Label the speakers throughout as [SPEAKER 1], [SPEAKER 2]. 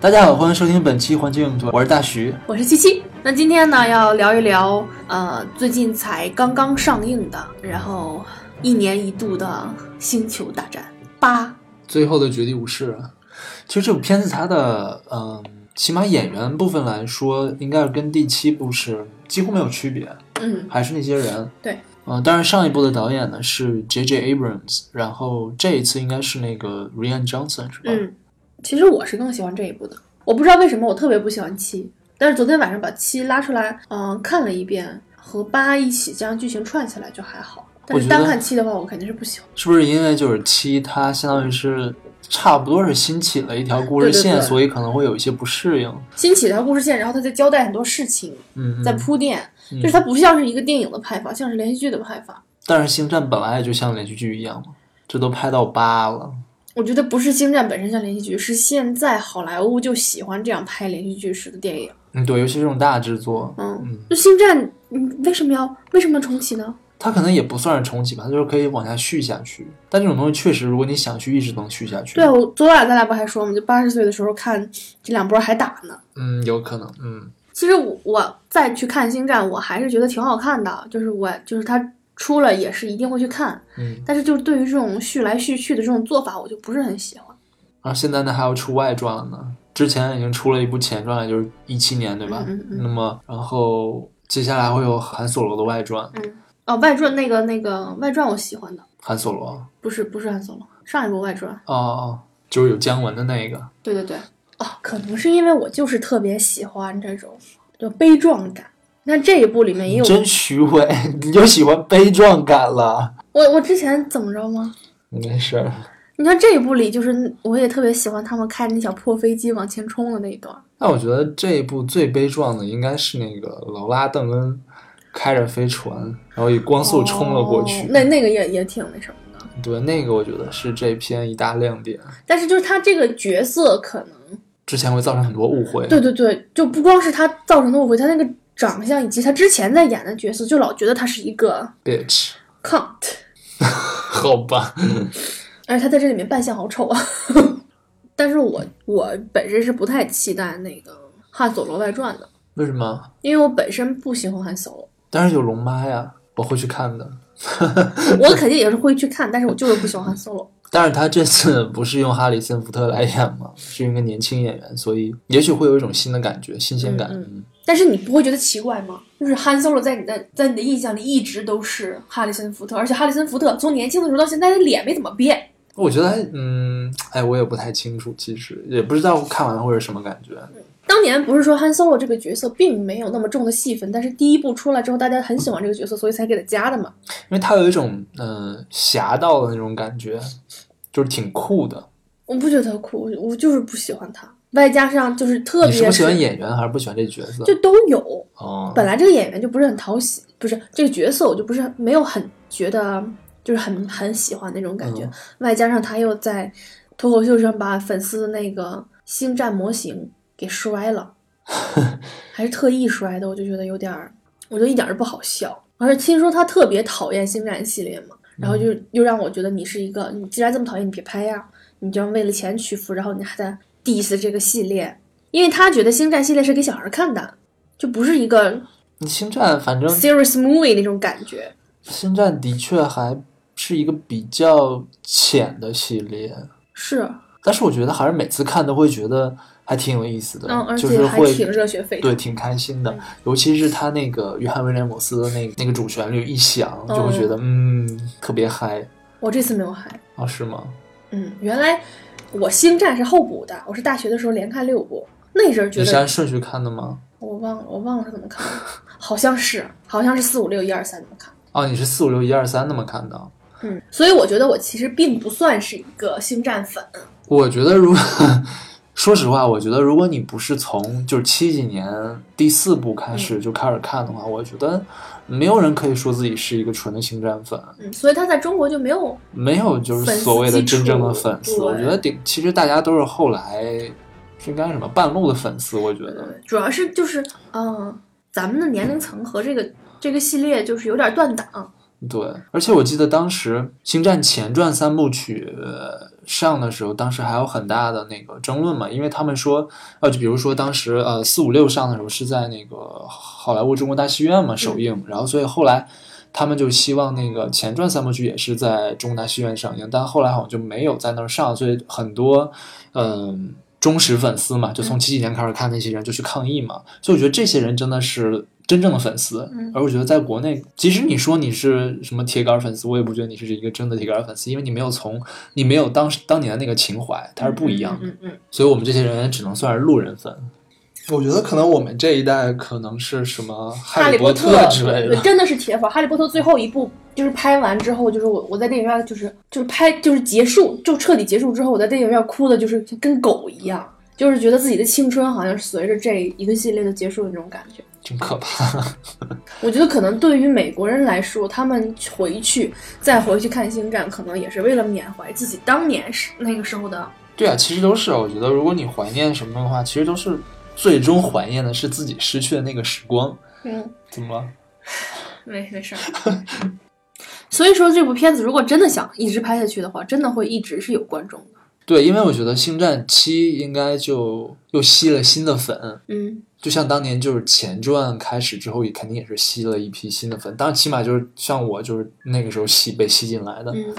[SPEAKER 1] 大家好，欢迎收听本期环球影图，我是大徐。
[SPEAKER 2] 我是七七。那今天呢，要聊一聊呃，最近才刚刚上映的，然后一年一度的《星球大战八》。
[SPEAKER 1] 最后的绝地武士，其实这部片子它的嗯、起码演员部分来说，应该是跟第七部是几乎没有区别，
[SPEAKER 2] 嗯，
[SPEAKER 1] 还是那些人。
[SPEAKER 2] 对，
[SPEAKER 1] 嗯、当然上一部的导演呢是 J.J. Abrams，然后这一次应该是那个 Rian Johnson 是吧？
[SPEAKER 2] 嗯，其实我是更喜欢这一部的。我不知道为什么我特别不喜欢七，但是昨天晚上把七拉出来，嗯、看了一遍，和八一起这样剧情串起来就还好。但是
[SPEAKER 1] 我觉得
[SPEAKER 2] 单看七的话，我肯定是不喜欢。
[SPEAKER 1] 是不是因为就是七它相当于是差不多是新起了一条故事
[SPEAKER 2] 对对
[SPEAKER 1] 线，
[SPEAKER 2] 对
[SPEAKER 1] 所以可能会有一些不适应。
[SPEAKER 2] 新起一条故事线，然后他在交代很多事情，
[SPEAKER 1] 嗯，嗯
[SPEAKER 2] 在铺垫，就是它不像是一个电影的拍法，像是连续剧的拍法。
[SPEAKER 1] 但是《星战》本来也就像连续剧一样嘛，这都拍到八了。
[SPEAKER 2] 我觉得不是星战本身像连续剧，是现在好莱坞就喜欢这样拍连续剧式的电影。
[SPEAKER 1] 嗯，对，尤其是这种大制作，
[SPEAKER 2] 嗯
[SPEAKER 1] 嗯，
[SPEAKER 2] 就星战，嗯，为什么要为什么要重启呢？
[SPEAKER 1] 它可能也不算是重启吧，它就是可以往下续下去。但这种东西确实，如果你想续，一直能续下去。
[SPEAKER 2] 对啊，我昨晚咱俩不还说吗？就八十岁的时候看这两波还打呢。
[SPEAKER 1] 嗯，有可能，嗯，
[SPEAKER 2] 其实我我再去看星战，我还是觉得挺好看的，就是我就是它出了也是一定会去看，
[SPEAKER 1] 嗯。
[SPEAKER 2] 但是就是对于这种续来续去的这种做法，我就不是很喜欢。
[SPEAKER 1] 然后现在呢，还要出外传了呢。之前已经出了一部前传，也就是一七年，对吧？
[SPEAKER 2] 嗯嗯嗯
[SPEAKER 1] 那么，然后接下来会有韩索罗的外传，
[SPEAKER 2] 哦，外传那个那个外传我喜欢的，
[SPEAKER 1] 韩索罗，
[SPEAKER 2] 不是不是汉索罗，上一部外传。
[SPEAKER 1] 哦哦，就是有姜文的那个。
[SPEAKER 2] 对对对，哦，可能是因为我就是特别喜欢这种就悲壮感。那这一部里面也有
[SPEAKER 1] 真虚伪， 你就喜欢悲壮感了。
[SPEAKER 2] 我，我之前怎么着吗？
[SPEAKER 1] 没事儿，
[SPEAKER 2] 你看这一部里，就是我也特别喜欢他们开那小破飞机往前冲的那一段。
[SPEAKER 1] 那我觉得这一部最悲壮的应该是那个劳拉·邓恩开着飞船，然后以光速冲了过去。
[SPEAKER 2] 哦那那个也也挺那什么的。
[SPEAKER 1] 对，那个我觉得是这篇一大亮点，
[SPEAKER 2] 但是就是他这个角色可能，
[SPEAKER 1] 之前会造成很多误会。
[SPEAKER 2] 对对对，就不光是他造成的误会，他那个长相以及他之前在演的角色，就老觉得他是一个
[SPEAKER 1] Bitch，
[SPEAKER 2] cunt，
[SPEAKER 1] 好吧，
[SPEAKER 2] 而且他在这里面扮相好丑啊。 但是我我本身是不太期待那个《汉索罗外传》的，
[SPEAKER 1] 为什么？
[SPEAKER 2] 因为我本身不喜欢汉索罗，
[SPEAKER 1] 但是有龙妈呀，我会去看的。
[SPEAKER 2] 我肯定也是会去看，但是我就是不喜欢汉索罗。
[SPEAKER 1] 但是他这次 不是用哈里森·福特来演嘛，是用一个年轻演员，所以也许会有一种新的感觉、新鲜感。
[SPEAKER 2] 嗯但是你不会觉得奇怪吗？就是汉 Solo 在你的在你的印象里一直都是哈里森福特，而且哈里森福特从年轻的时候到现在，他脸没怎么变。
[SPEAKER 1] 我觉得还，嗯，哎，我也不太清楚，其实也不知道看完会是什么感觉。
[SPEAKER 2] 当年不是说汉 Solo 这个角色并没有那么重的戏份，但是第一部出来之后，大家很喜欢这个角色，所以才给他加的嘛。
[SPEAKER 1] 因为它有一种嗯、呃侠盗的那种感觉，就是挺酷的。
[SPEAKER 2] 我不觉得他酷，我我就是不喜欢他。外加上就是特
[SPEAKER 1] 你
[SPEAKER 2] 别
[SPEAKER 1] 是不喜欢
[SPEAKER 2] 是
[SPEAKER 1] 演员还是不喜欢这角色？
[SPEAKER 2] 就都有，
[SPEAKER 1] 哦，
[SPEAKER 2] 本来这个演员就不是很讨喜，不是这个角色，我就不是很没有很觉得就是很很喜欢那种感觉。
[SPEAKER 1] 嗯
[SPEAKER 2] 外加上他又在脱口秀上把粉丝的那个星战模型给 摔了，还是特意摔的，我就觉得有点儿，我就一点儿都不好笑。而且听说他特别讨厌星战系列嘛，然后就
[SPEAKER 1] 嗯
[SPEAKER 2] 又让我觉得你是一个，你既然这么讨厌，你别拍呀、你这样为了钱屈服，然后你还在 diss 这个系列，因为他觉得星战系列是给小孩看的。就不是一个
[SPEAKER 1] 你星战反正
[SPEAKER 2] serious movie 那种感觉。
[SPEAKER 1] 星战的确还是一个比较浅的系列，
[SPEAKER 2] 是，
[SPEAKER 1] 但是我觉得还是每次看都会觉得还挺有意思的，
[SPEAKER 2] 嗯，而
[SPEAKER 1] 就
[SPEAKER 2] 且
[SPEAKER 1] 是
[SPEAKER 2] 还
[SPEAKER 1] 会
[SPEAKER 2] 挺热血沸腾。
[SPEAKER 1] 对，挺开心的
[SPEAKER 2] 嗯，
[SPEAKER 1] 尤其是他那个约翰威廉姆斯的那个那个主旋律一响，就会觉得嗯特别嗨
[SPEAKER 2] 我这次没有嗨。
[SPEAKER 1] 啊，是吗？
[SPEAKER 2] 嗯，原来我星战是后补的，我是大学的时候连看六部，那阵儿
[SPEAKER 1] 你
[SPEAKER 2] 觉
[SPEAKER 1] 是按
[SPEAKER 2] 得
[SPEAKER 1] 顺序看的吗？
[SPEAKER 2] 我忘了，我忘了是怎么看 的，好像是，好像是四五六一二三怎么看。
[SPEAKER 1] 哦，你是四五六一二三那么看的？啊
[SPEAKER 2] 嗯，所以我觉得我其实并不算是一个星战粉。
[SPEAKER 1] 我觉得如果 说实话，我觉得如果你不是从就是七几年第四部
[SPEAKER 2] 嗯
[SPEAKER 1] 开始就开始看的话，我觉得没有人可以说自己是一个纯的星战粉，
[SPEAKER 2] 嗯，所以他在中国就没有
[SPEAKER 1] 没有就是所谓的真正的粉
[SPEAKER 2] 粉丝基
[SPEAKER 1] 丝。
[SPEAKER 2] 础
[SPEAKER 1] 我觉得顶，其实大家都是后来是应该什么半路的粉丝，我觉得。
[SPEAKER 2] 对，呃主要呃是就是，嗯、咱们的年龄层和这个这个系列就是有点断档，
[SPEAKER 1] 对，而且我记得当时《星战前传》三部曲呃上的时候，当时还有很大的那个争论嘛，因为他们说，呃，就比如说当时呃四五六上的时候是在那个好莱坞中国大戏院嘛首映，然后所以后来他们就希望那个前传三部曲也是在中国大戏院上映，但后来好像就没有在那儿上，所以很多嗯、忠实粉丝嘛，就从七几年开始看那些人就去抗议嘛，所以我觉得这些人真的是真正的粉丝，
[SPEAKER 2] 嗯
[SPEAKER 1] 而我觉得在国内，即使你说你是什么铁杆粉丝，我也不觉得你是一个真的铁杆粉丝，因为你没有从你没有当时当年的那个情怀，它是不一样的。
[SPEAKER 2] 嗯嗯嗯
[SPEAKER 1] 所以我们这些人只能算是路人粉。我觉得可能我们这一代可能是什么
[SPEAKER 2] 哈利
[SPEAKER 1] 利波
[SPEAKER 2] 特
[SPEAKER 1] 之类
[SPEAKER 2] 对
[SPEAKER 1] 的，
[SPEAKER 2] 真的是铁粉。哈利波特最后一部就是拍完之后，就是我我在电影院就是就是拍就是结束就彻底结束之后，我在电影院哭的就是跟狗一样，就是觉得自己的青春好像是随着这一个系列的结束的那种感觉。
[SPEAKER 1] 真可怕。
[SPEAKER 2] 我觉得可能对于美国人来说，他们回去再回去看《星战》，可能也是为了缅怀自己当年是那个时候的。
[SPEAKER 1] 对啊，其实都是啊。我觉得，如果你怀念什么的话，其实都是最终怀念的是自己失去的那个时光。
[SPEAKER 2] 嗯，
[SPEAKER 1] 怎么了？
[SPEAKER 2] 没没事儿。 所以说，这部片子如果真的想一直拍下去的话，真的会一直是有观众的。
[SPEAKER 1] 对，因为我觉得《星战七》应该就又吸了新的粉，
[SPEAKER 2] 嗯
[SPEAKER 1] 就像当年就是前传开始之后，也肯定也是吸了一批新的粉。当然，起码就是像我就是那个时候吸被吸进来的，
[SPEAKER 2] 嗯，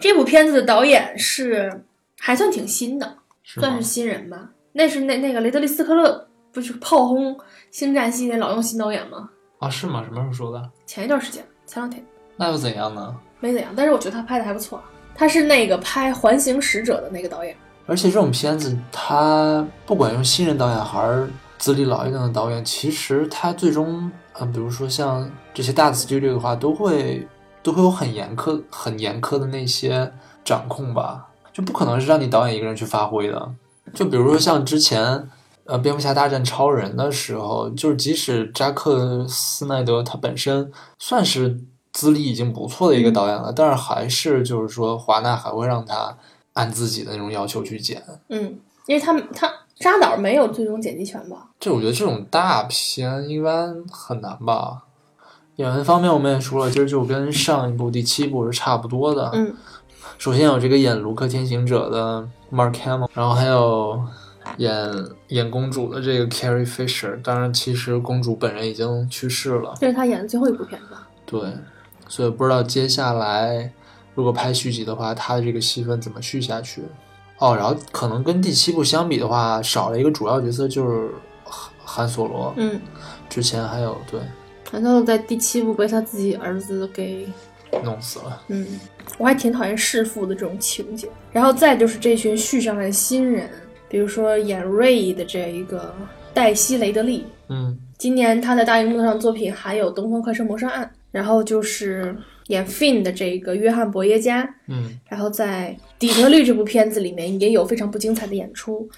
[SPEAKER 2] 这部片子的导演是还算挺新的，
[SPEAKER 1] 是
[SPEAKER 2] 算
[SPEAKER 1] 吗
[SPEAKER 2] 是？新人吧。那是那那个雷德利·斯科勒不是炮轰《星战》系列老用新导演吗？
[SPEAKER 1] 啊，是吗？什么时候说的？
[SPEAKER 2] 前一段时间，前两天
[SPEAKER 1] 那又怎样呢？
[SPEAKER 2] 没怎样，但是我觉得他拍的还不错啊。他是那个拍《环形使者》的那个导演。
[SPEAKER 1] 而且这种片子，它不管用新人导演还是资历老一点的导演，其实它最终，呃，比如说像这些大 studio 的话，都会都会有很严苛、很严苛的那些掌控吧，就不可能是让你导演一个人去发挥的。就比如说像之前，呃，蝙蝠侠大战超人的时候，就是即使扎克斯奈德他本身算是资历已经不错的一个导演了，但是还是就是说华纳还会让他按自己的那种要求去剪。
[SPEAKER 2] 嗯，因为他们他扎导没有最终剪辑权吧？
[SPEAKER 1] 这我觉得这种大片一般很难吧。演员方面我们也说了，其实就跟上一部第七部是差不多的。
[SPEAKER 2] 嗯，
[SPEAKER 1] 首先有这个演卢克天行者的 Mark Hamill，然后还有演演公主的这个 Carrie Fisher。当然，其实公主本人已经去世了。
[SPEAKER 2] 这是他演的最后一部片子吧。
[SPEAKER 1] 对，所以不知道接下来如果拍续集的话，他的这个戏份怎么续下去？哦，然后可能跟第七部相比的话，少了一个主要角色，就是汉汉索罗。
[SPEAKER 2] 嗯，
[SPEAKER 1] 之前还有对
[SPEAKER 2] 难道在第七部被他自己儿子给
[SPEAKER 1] 弄死了。
[SPEAKER 2] 嗯，我还挺讨厌弑父的这种情节。然后再就是这群续上来的新人，比如说演 Ray 的这一个黛西·雷德利，
[SPEAKER 1] 嗯，
[SPEAKER 2] 今年他在大荧幕上作品还有《东方快车谋杀案》，然后就是演 Finn 的这个约翰·伯耶加，
[SPEAKER 1] 嗯，
[SPEAKER 2] 然后在《底特律》这部片子里面也有非常不精彩的演出。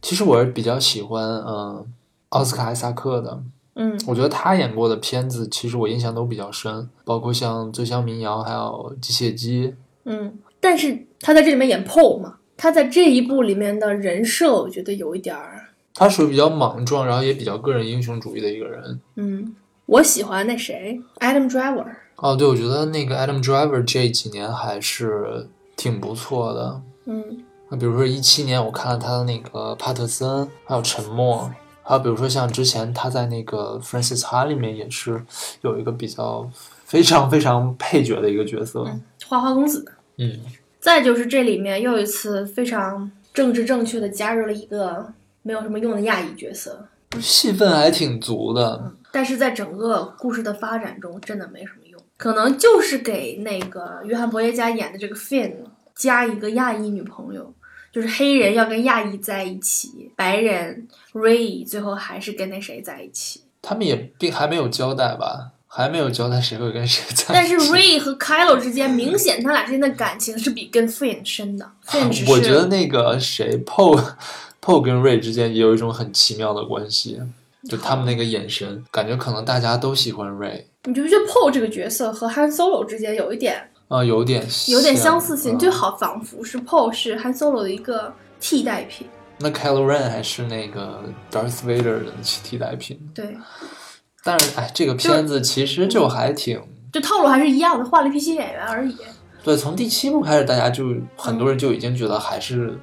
[SPEAKER 1] 其实我是比较喜欢嗯、呃奥斯卡·艾萨克的，
[SPEAKER 2] 嗯
[SPEAKER 1] 我觉得他演过的片子其实我印象都比较深，包括像《醉乡民谣》还有《机械姬》。
[SPEAKER 2] 嗯，但是他在这里面演 Paul 嘛，他在这一部里面的人设，我觉得有一点儿。
[SPEAKER 1] 他属于比较莽撞，然后也比较个人英雄主义的一个人。
[SPEAKER 2] 嗯，我喜欢那谁，Adam Driver。
[SPEAKER 1] 哦，对，我觉得那个 Adam Driver 这几年还是挺不错的。
[SPEAKER 2] 嗯
[SPEAKER 1] 那比如说一七年，我看了他的那个帕特森，还有沉默，还有比如说像之前他在那个 Francis Ha 里面也是有一个比较非常非常配角的一个角色。
[SPEAKER 2] 嗯，花花公子。
[SPEAKER 1] 嗯，
[SPEAKER 2] 再就是这里面又一次非常政治正确的加入了一个没有什么用的亚裔角色，
[SPEAKER 1] 戏份还挺足的。
[SPEAKER 2] 但是在整个故事的发展中真的没什么用，可能就是给那个约翰·伯耶加演的这个 Finn 加一个亚裔女朋友。就是黑人要跟亚裔在一起，白人 Ray 最后还是跟那谁在一起，
[SPEAKER 1] 他们也并还没有交代吧，还没有交代谁会跟谁在
[SPEAKER 2] 但
[SPEAKER 1] 一
[SPEAKER 2] 是
[SPEAKER 1] 起。
[SPEAKER 2] Ray 和 Kylo 之间明显他俩之间的感情是比跟 Finn 深的，Finn 只是
[SPEAKER 1] 啊我觉得那个谁 Paul Paul 跟 Ray 之间也有一种很奇妙的关系，就他们那个眼神，感觉可能大家都喜欢 Ray。
[SPEAKER 2] 你觉不觉得 Paul 这个角色和 Han Solo 之间有一点
[SPEAKER 1] 啊、有点
[SPEAKER 2] 有点相似性，
[SPEAKER 1] 嗯
[SPEAKER 2] 就好仿佛是 Paul 是 Han Solo 的一个替代品。
[SPEAKER 1] 那 Kylo Ren 还是那个 Darth Vader 的替代品，
[SPEAKER 2] 对，
[SPEAKER 1] 但是哎，这个片子其实就还挺
[SPEAKER 2] 就套路还是一样的，换了一批新演员而已。
[SPEAKER 1] 对，从第七部开始，大家就很多人就已经觉得还是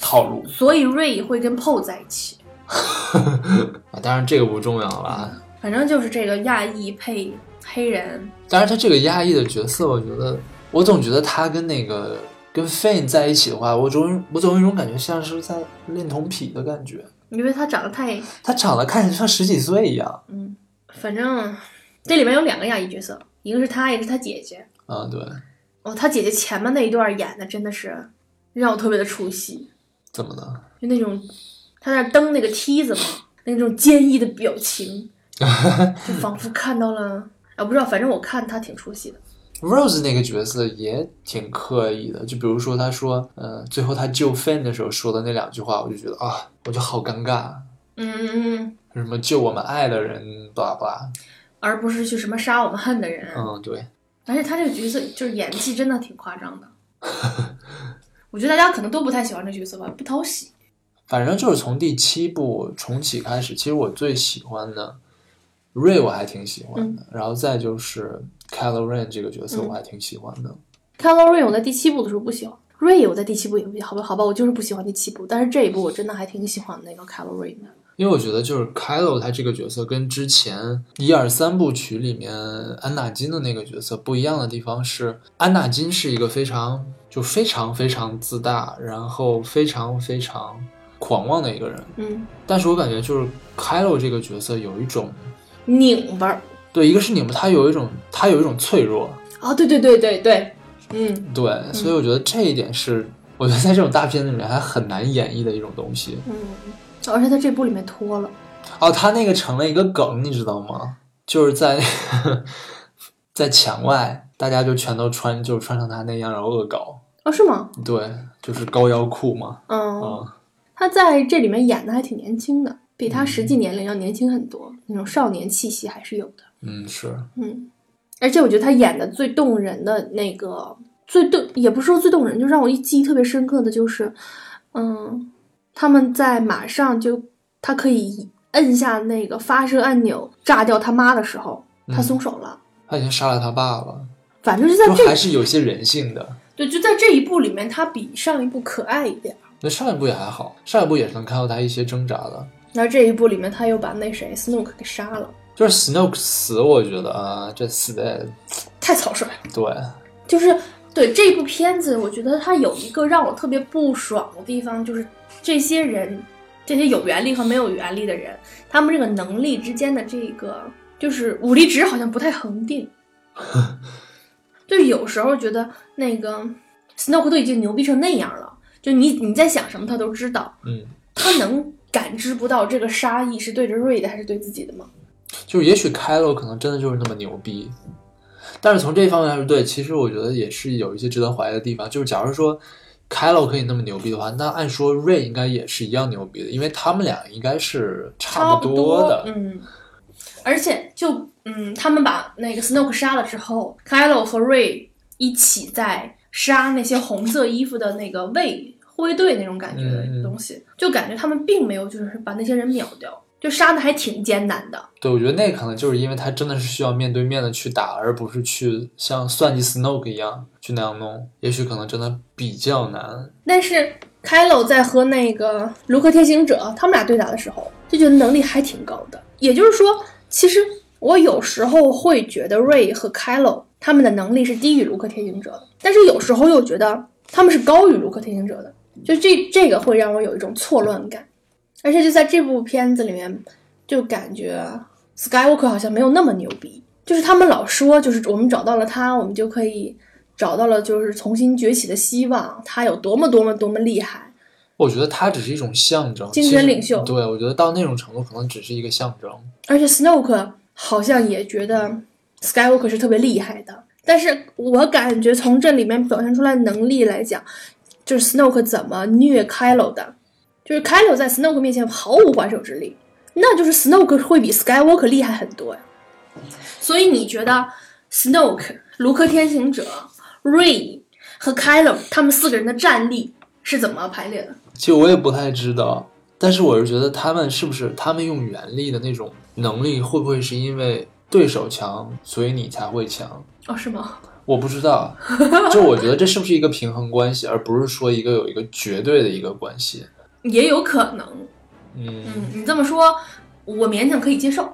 [SPEAKER 1] 套路。
[SPEAKER 2] 所以瑞会跟 PO 在一起，
[SPEAKER 1] 啊当然这个不重要了。啊
[SPEAKER 2] 反正就是这个亚裔配黑人，
[SPEAKER 1] 当然，他这个压抑的角色，我觉得，我总觉得他跟那个跟 Fane 在一起的话，我总我总有一种感觉，像是在恋童癖的感觉。
[SPEAKER 2] 因为他长得太……
[SPEAKER 1] 他长得看起来像十几岁一样。
[SPEAKER 2] 嗯，反正这里面有两个亚裔角色，一个是他，一个是他姐姐。
[SPEAKER 1] 啊，对，
[SPEAKER 2] 哦，他姐姐前面那一段演的真的是让我特别的出戏，
[SPEAKER 1] 怎么了？
[SPEAKER 2] 就那种他那儿蹬那个梯子嘛，那种坚毅的表情，就仿佛看到了……啊，不知道，反正我看他挺出戏的。
[SPEAKER 1] Rose 那个角色也挺刻意的，就比如说他说，呃，最后他救 Finn 的时候说的那两句话，我就觉得啊，我就好尴尬，
[SPEAKER 2] 嗯嗯嗯，
[SPEAKER 1] 什么救我们爱的人，巴拉巴拉。
[SPEAKER 2] 而不是去什么杀我们恨的人。
[SPEAKER 1] 嗯，对，
[SPEAKER 2] 而且他这个角色就是演技真的挺夸张的。我觉得大家可能都不太喜欢这角色吧，不讨喜。
[SPEAKER 1] 反正就是从第七部重启开始，其实我最喜欢的 Ray 我还挺喜欢的，然后再就是 Kylo Ren 这个角色我还挺喜欢的。
[SPEAKER 2] 看到瑞我在第七部的时候不喜欢，瑞我在第七部也不喜欢，好吧，好吧，我就是不喜欢第七部，但是这一部我真的还挺喜欢那个凯罗瑞的。
[SPEAKER 1] 因为我觉得就是 Kylo 他这个角色跟之前一二三部曲里面安纳金的那个角色不一样的地方是，安纳金是一个非常就非常非常自大，然后非常非常狂妄的一个人。
[SPEAKER 2] 嗯，
[SPEAKER 1] 但是我感觉就是 Kylo 这个角色有一种
[SPEAKER 2] 拧巴儿
[SPEAKER 1] 对，一个是拧巴，他有一种他有一种脆弱，
[SPEAKER 2] 啊，对对对对对，嗯
[SPEAKER 1] 对，所以我觉得这一点是我觉得在这种大片里面还很难演绎的一种东西。
[SPEAKER 2] 嗯，而且他这部里面脱了，
[SPEAKER 1] 哦，他那个成了一个梗，你知道吗？就是在 在墙外，大家就全都穿，就穿成他那样，然后恶搞。
[SPEAKER 2] 哦，是吗？
[SPEAKER 1] 对，就是高腰裤嘛。
[SPEAKER 2] 嗯，
[SPEAKER 1] 啊、
[SPEAKER 2] 他在这里面演的还挺年轻的，比
[SPEAKER 1] 嗯
[SPEAKER 2] 他实际年龄要年轻很多，那种少年气息还是有的。
[SPEAKER 1] 嗯，是，
[SPEAKER 2] 嗯，而且我觉得他演的最动人的那个，最动也不是说最动人，就让我一记忆特别深刻的就是，嗯，他们在马上就他可以摁下那个发射按钮炸掉他妈的时候，他
[SPEAKER 1] 嗯
[SPEAKER 2] 松手了。
[SPEAKER 1] 他已经杀了他爸了，
[SPEAKER 2] 反正就在
[SPEAKER 1] 就还
[SPEAKER 2] 这
[SPEAKER 1] 是有些人性的。
[SPEAKER 2] 对，就在这一部里面，他比上一部可爱一点。
[SPEAKER 1] 那上一部也还好，上一部也是能看到他一些挣扎的。
[SPEAKER 2] 然后这一部里面，他又把那谁 Snook 给杀了，
[SPEAKER 1] 就是 Snoke 死，我觉得啊，这死的
[SPEAKER 2] 太草率了。
[SPEAKER 1] 对，
[SPEAKER 2] 就是对这部片子，我觉得它有一个让我特别不爽的地方，就是这些人，这些有原力和没有原力的人，他们这个能力之间的这个就是武力值好像不太恒定。就是有时候觉得那个 Snoke 都已经牛逼成那样了，就你你在想什么他都知道，
[SPEAKER 1] 嗯，
[SPEAKER 2] 他能感知不到这个杀意是对着瑞的还是对自己的吗？
[SPEAKER 1] 就是也许开了，可能真的就是那么牛逼。但是从这一方面来说，对，其实我觉得也是有一些值得怀疑的地方。就是假如说开了可以那么牛逼的话，那按说瑞应该也是一样牛逼的，因为他们俩应该是差
[SPEAKER 2] 不
[SPEAKER 1] 多的。
[SPEAKER 2] 嗯。而且就嗯，他们把那个 Snoke 杀了之后，Kylo 和 Ray 一起在杀那些红色衣服的那个卫护卫队那种感觉
[SPEAKER 1] 嗯嗯
[SPEAKER 2] 的东西，就感觉他们并没有就是把那些人秒掉，就杀的还挺艰难的。
[SPEAKER 1] 对，我觉得那可能就是因为他真的是需要面对面的去打，而不是去像算计 Snoke 一样去那样弄。也许可能真的比较难。
[SPEAKER 2] 但是 Kylo 在和那个卢克天行者他们俩对打的时候，就觉得能力还挺高的。也就是说，其实我有时候会觉得 Ray 和 Kylo 他们的能力是低于卢克天行者的，但是有时候又觉得他们是高于卢克天行者的，就这这个会让我有一种错乱感。而且就在这部片子里面，就感觉 Skywalker 好像没有那么牛逼。就是他们老说，就是我们找到了他，我们就可以找到了就是重新崛起的希望，他有多么多么多么厉害。
[SPEAKER 1] 我觉得他只是一种象征，
[SPEAKER 2] 精
[SPEAKER 1] 其实
[SPEAKER 2] 神领袖
[SPEAKER 1] 对，我觉得到那种程度，可能只是一个象征。
[SPEAKER 2] 而且 Snoke 好像也觉得 Skywalker 是特别厉害的，但是我感觉从这里面表现出来的能力来讲，就是 Snoke 怎么虐 Kylo 的，就是 Kylo 在 Snoke 面前毫无还手之力，那就是 Snoke 会比 Skywalker 厉害很多呀。所以你觉得 Snoke、卢克天行者、Ray 和 Kylo 他们四个人的战力是怎么排列的？
[SPEAKER 1] 其实我也不太知道，但是我是觉得他们是不是他们用原力的那种能力，会不会是因为对手强，所以你才会强。
[SPEAKER 2] 哦，是吗？
[SPEAKER 1] 我不知道，就我觉得这是不是一个平衡关系，而不是说一个有一个绝对的一个关系。
[SPEAKER 2] 也有可能。
[SPEAKER 1] 嗯，
[SPEAKER 2] 嗯，你这么说，我勉强可以接受。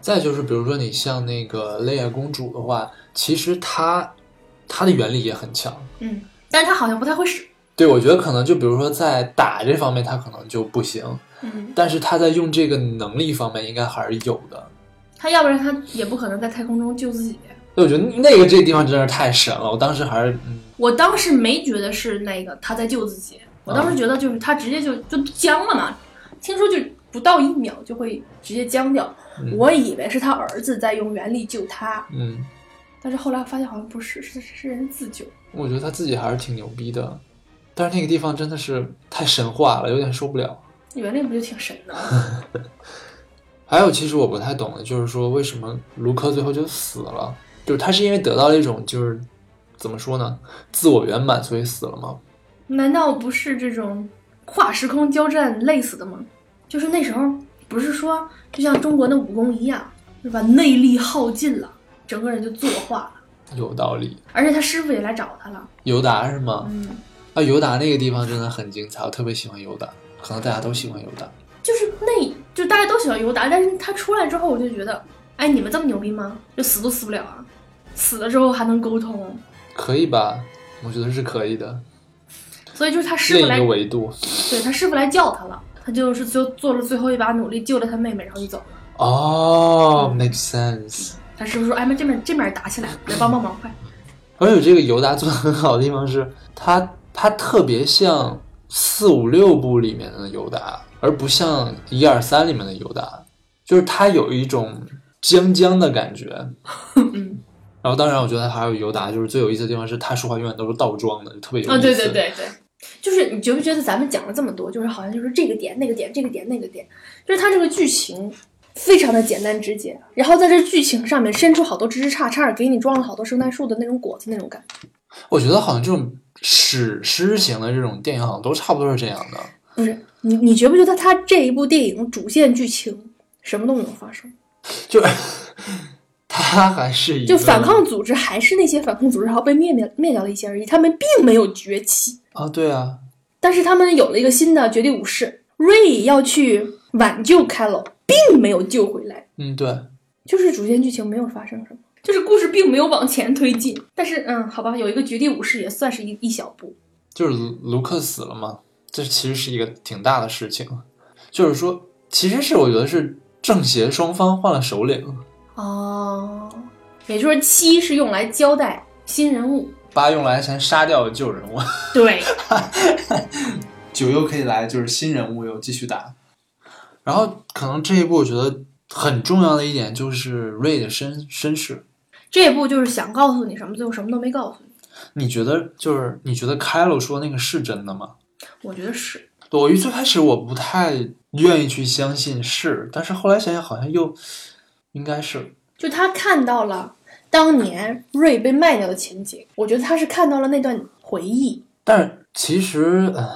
[SPEAKER 1] 再就是比如说你像那个泪眼公主的话，其实她她的原理也很强。
[SPEAKER 2] 嗯，但是他好像不太会使。
[SPEAKER 1] 对，我觉得可能就比如说在打这方面她可能就不行，
[SPEAKER 2] 嗯，
[SPEAKER 1] 但是她在用这个能力方面应该还是有的。
[SPEAKER 2] 他要不然他也不可能在太空中救自己。
[SPEAKER 1] 所以我觉得那个这个地方真是太神了，我当时还是嗯
[SPEAKER 2] 我当时没觉得是那个他在救自己，我当时觉得就是他直接就就僵了嘛，听说就不到一秒就会直接僵掉，
[SPEAKER 1] 嗯
[SPEAKER 2] 我以为是他儿子在用原力救他，
[SPEAKER 1] 嗯，
[SPEAKER 2] 但是后来发现好像不是，是是人自救。
[SPEAKER 1] 我觉得她自己还是挺牛逼的，但是那个地方真的是太神话了，有点受不了。
[SPEAKER 2] 原力不就挺神的吗？
[SPEAKER 1] 还有，其实我不太懂的就是说，为什么卢克最后就死了？就是他是因为得到了一种就是怎么说呢，自我圆满，所以死了吗？
[SPEAKER 2] 难道不是这种跨时空交战累死的吗？就是那时候不是说就像中国的武功一样，是吧？内力耗尽了，整个人就作化了，
[SPEAKER 1] 有道理。
[SPEAKER 2] 而且他师傅也来找他了。
[SPEAKER 1] 尤达是吗？
[SPEAKER 2] 嗯，
[SPEAKER 1] 啊，尤达那个地方真的很精彩，我特别喜欢尤达，可能大家都喜欢尤达。
[SPEAKER 2] 就是那就大家都喜欢尤达，但是他出来之后，我就觉得，哎，你们这么牛逼吗？就死都死不了啊！死了之后还能沟通，
[SPEAKER 1] 可以吧？我觉得是可以的，
[SPEAKER 2] 所以就是他师
[SPEAKER 1] 另
[SPEAKER 2] 傅
[SPEAKER 1] 一
[SPEAKER 2] 来
[SPEAKER 1] 个，维度
[SPEAKER 2] 对他师傅来叫他了，他就是就做了最后一把努力，救了他妹妹，然后就走了。
[SPEAKER 1] 哦、m
[SPEAKER 2] 嗯
[SPEAKER 1] a k e sense。
[SPEAKER 2] 他师傅说，哎妈，这边这边打起来了，来帮帮忙，快！
[SPEAKER 1] 而且这个尤达做的很好的地方是，他他特别像四五六部里面的尤达，而不像一二三里面的尤达，就是他有一种僵僵的感觉。
[SPEAKER 2] 嗯，
[SPEAKER 1] 然后当然，我觉得还有尤达就是最有意思的地方是，他说话永远都是倒装的，就特别有意思。
[SPEAKER 2] 啊，对对，对对，就是你觉不觉得咱们讲了这么多，就是好像就是这个点那个点这个点那个点，就是它这个剧情非常的简单直接，然后在这剧情上面伸出好多枝枝杈杈，给你装了好多圣诞树的那种果子那种感觉。
[SPEAKER 1] 我觉得好像这种史诗型的这种电影好像都差不多是这样的。
[SPEAKER 2] 不是
[SPEAKER 1] 嗯
[SPEAKER 2] 你，你觉不觉得它这一部电影主线剧情什么都没有发生？
[SPEAKER 1] 就是 他还是一个
[SPEAKER 2] 就反抗组织还是那些反抗组织，然后被灭灭灭掉了一些而已，他们并没有崛起。
[SPEAKER 1] 啊，对啊，
[SPEAKER 2] 但是他们有了一个新的绝地武士瑞要去挽救凯罗，并没有救回来，
[SPEAKER 1] 嗯，对，
[SPEAKER 2] 就是主线剧情没有发生什么，就是故事并没有往前推进。但是，嗯，好吧，有一个绝地武士也算是一一小步。
[SPEAKER 1] 就是卢卢克死了嘛，这其实是一个挺大的事情，就是说，其实是我觉得是正邪双方换了首领，
[SPEAKER 2] 哦，也就是说七是用来交代新人物，
[SPEAKER 1] 八用来先杀掉旧人物，
[SPEAKER 2] 对，
[SPEAKER 1] 九又可以来就是新人物又继续打，然后可能这一步我觉得很重要的一点就是瑞的身身世，
[SPEAKER 2] 这一部就是想告诉你什么，最后什么都没告诉你。
[SPEAKER 1] 你觉得就是你觉得凯洛说那个是真的吗？
[SPEAKER 2] 我觉得是，
[SPEAKER 1] 我一最开始我不太愿意去相信是，但是后来想想好像又应该是，
[SPEAKER 2] 就他看到了当年瑞被卖掉的情景，我觉得他是看到了那段回忆，
[SPEAKER 1] 但是其实呃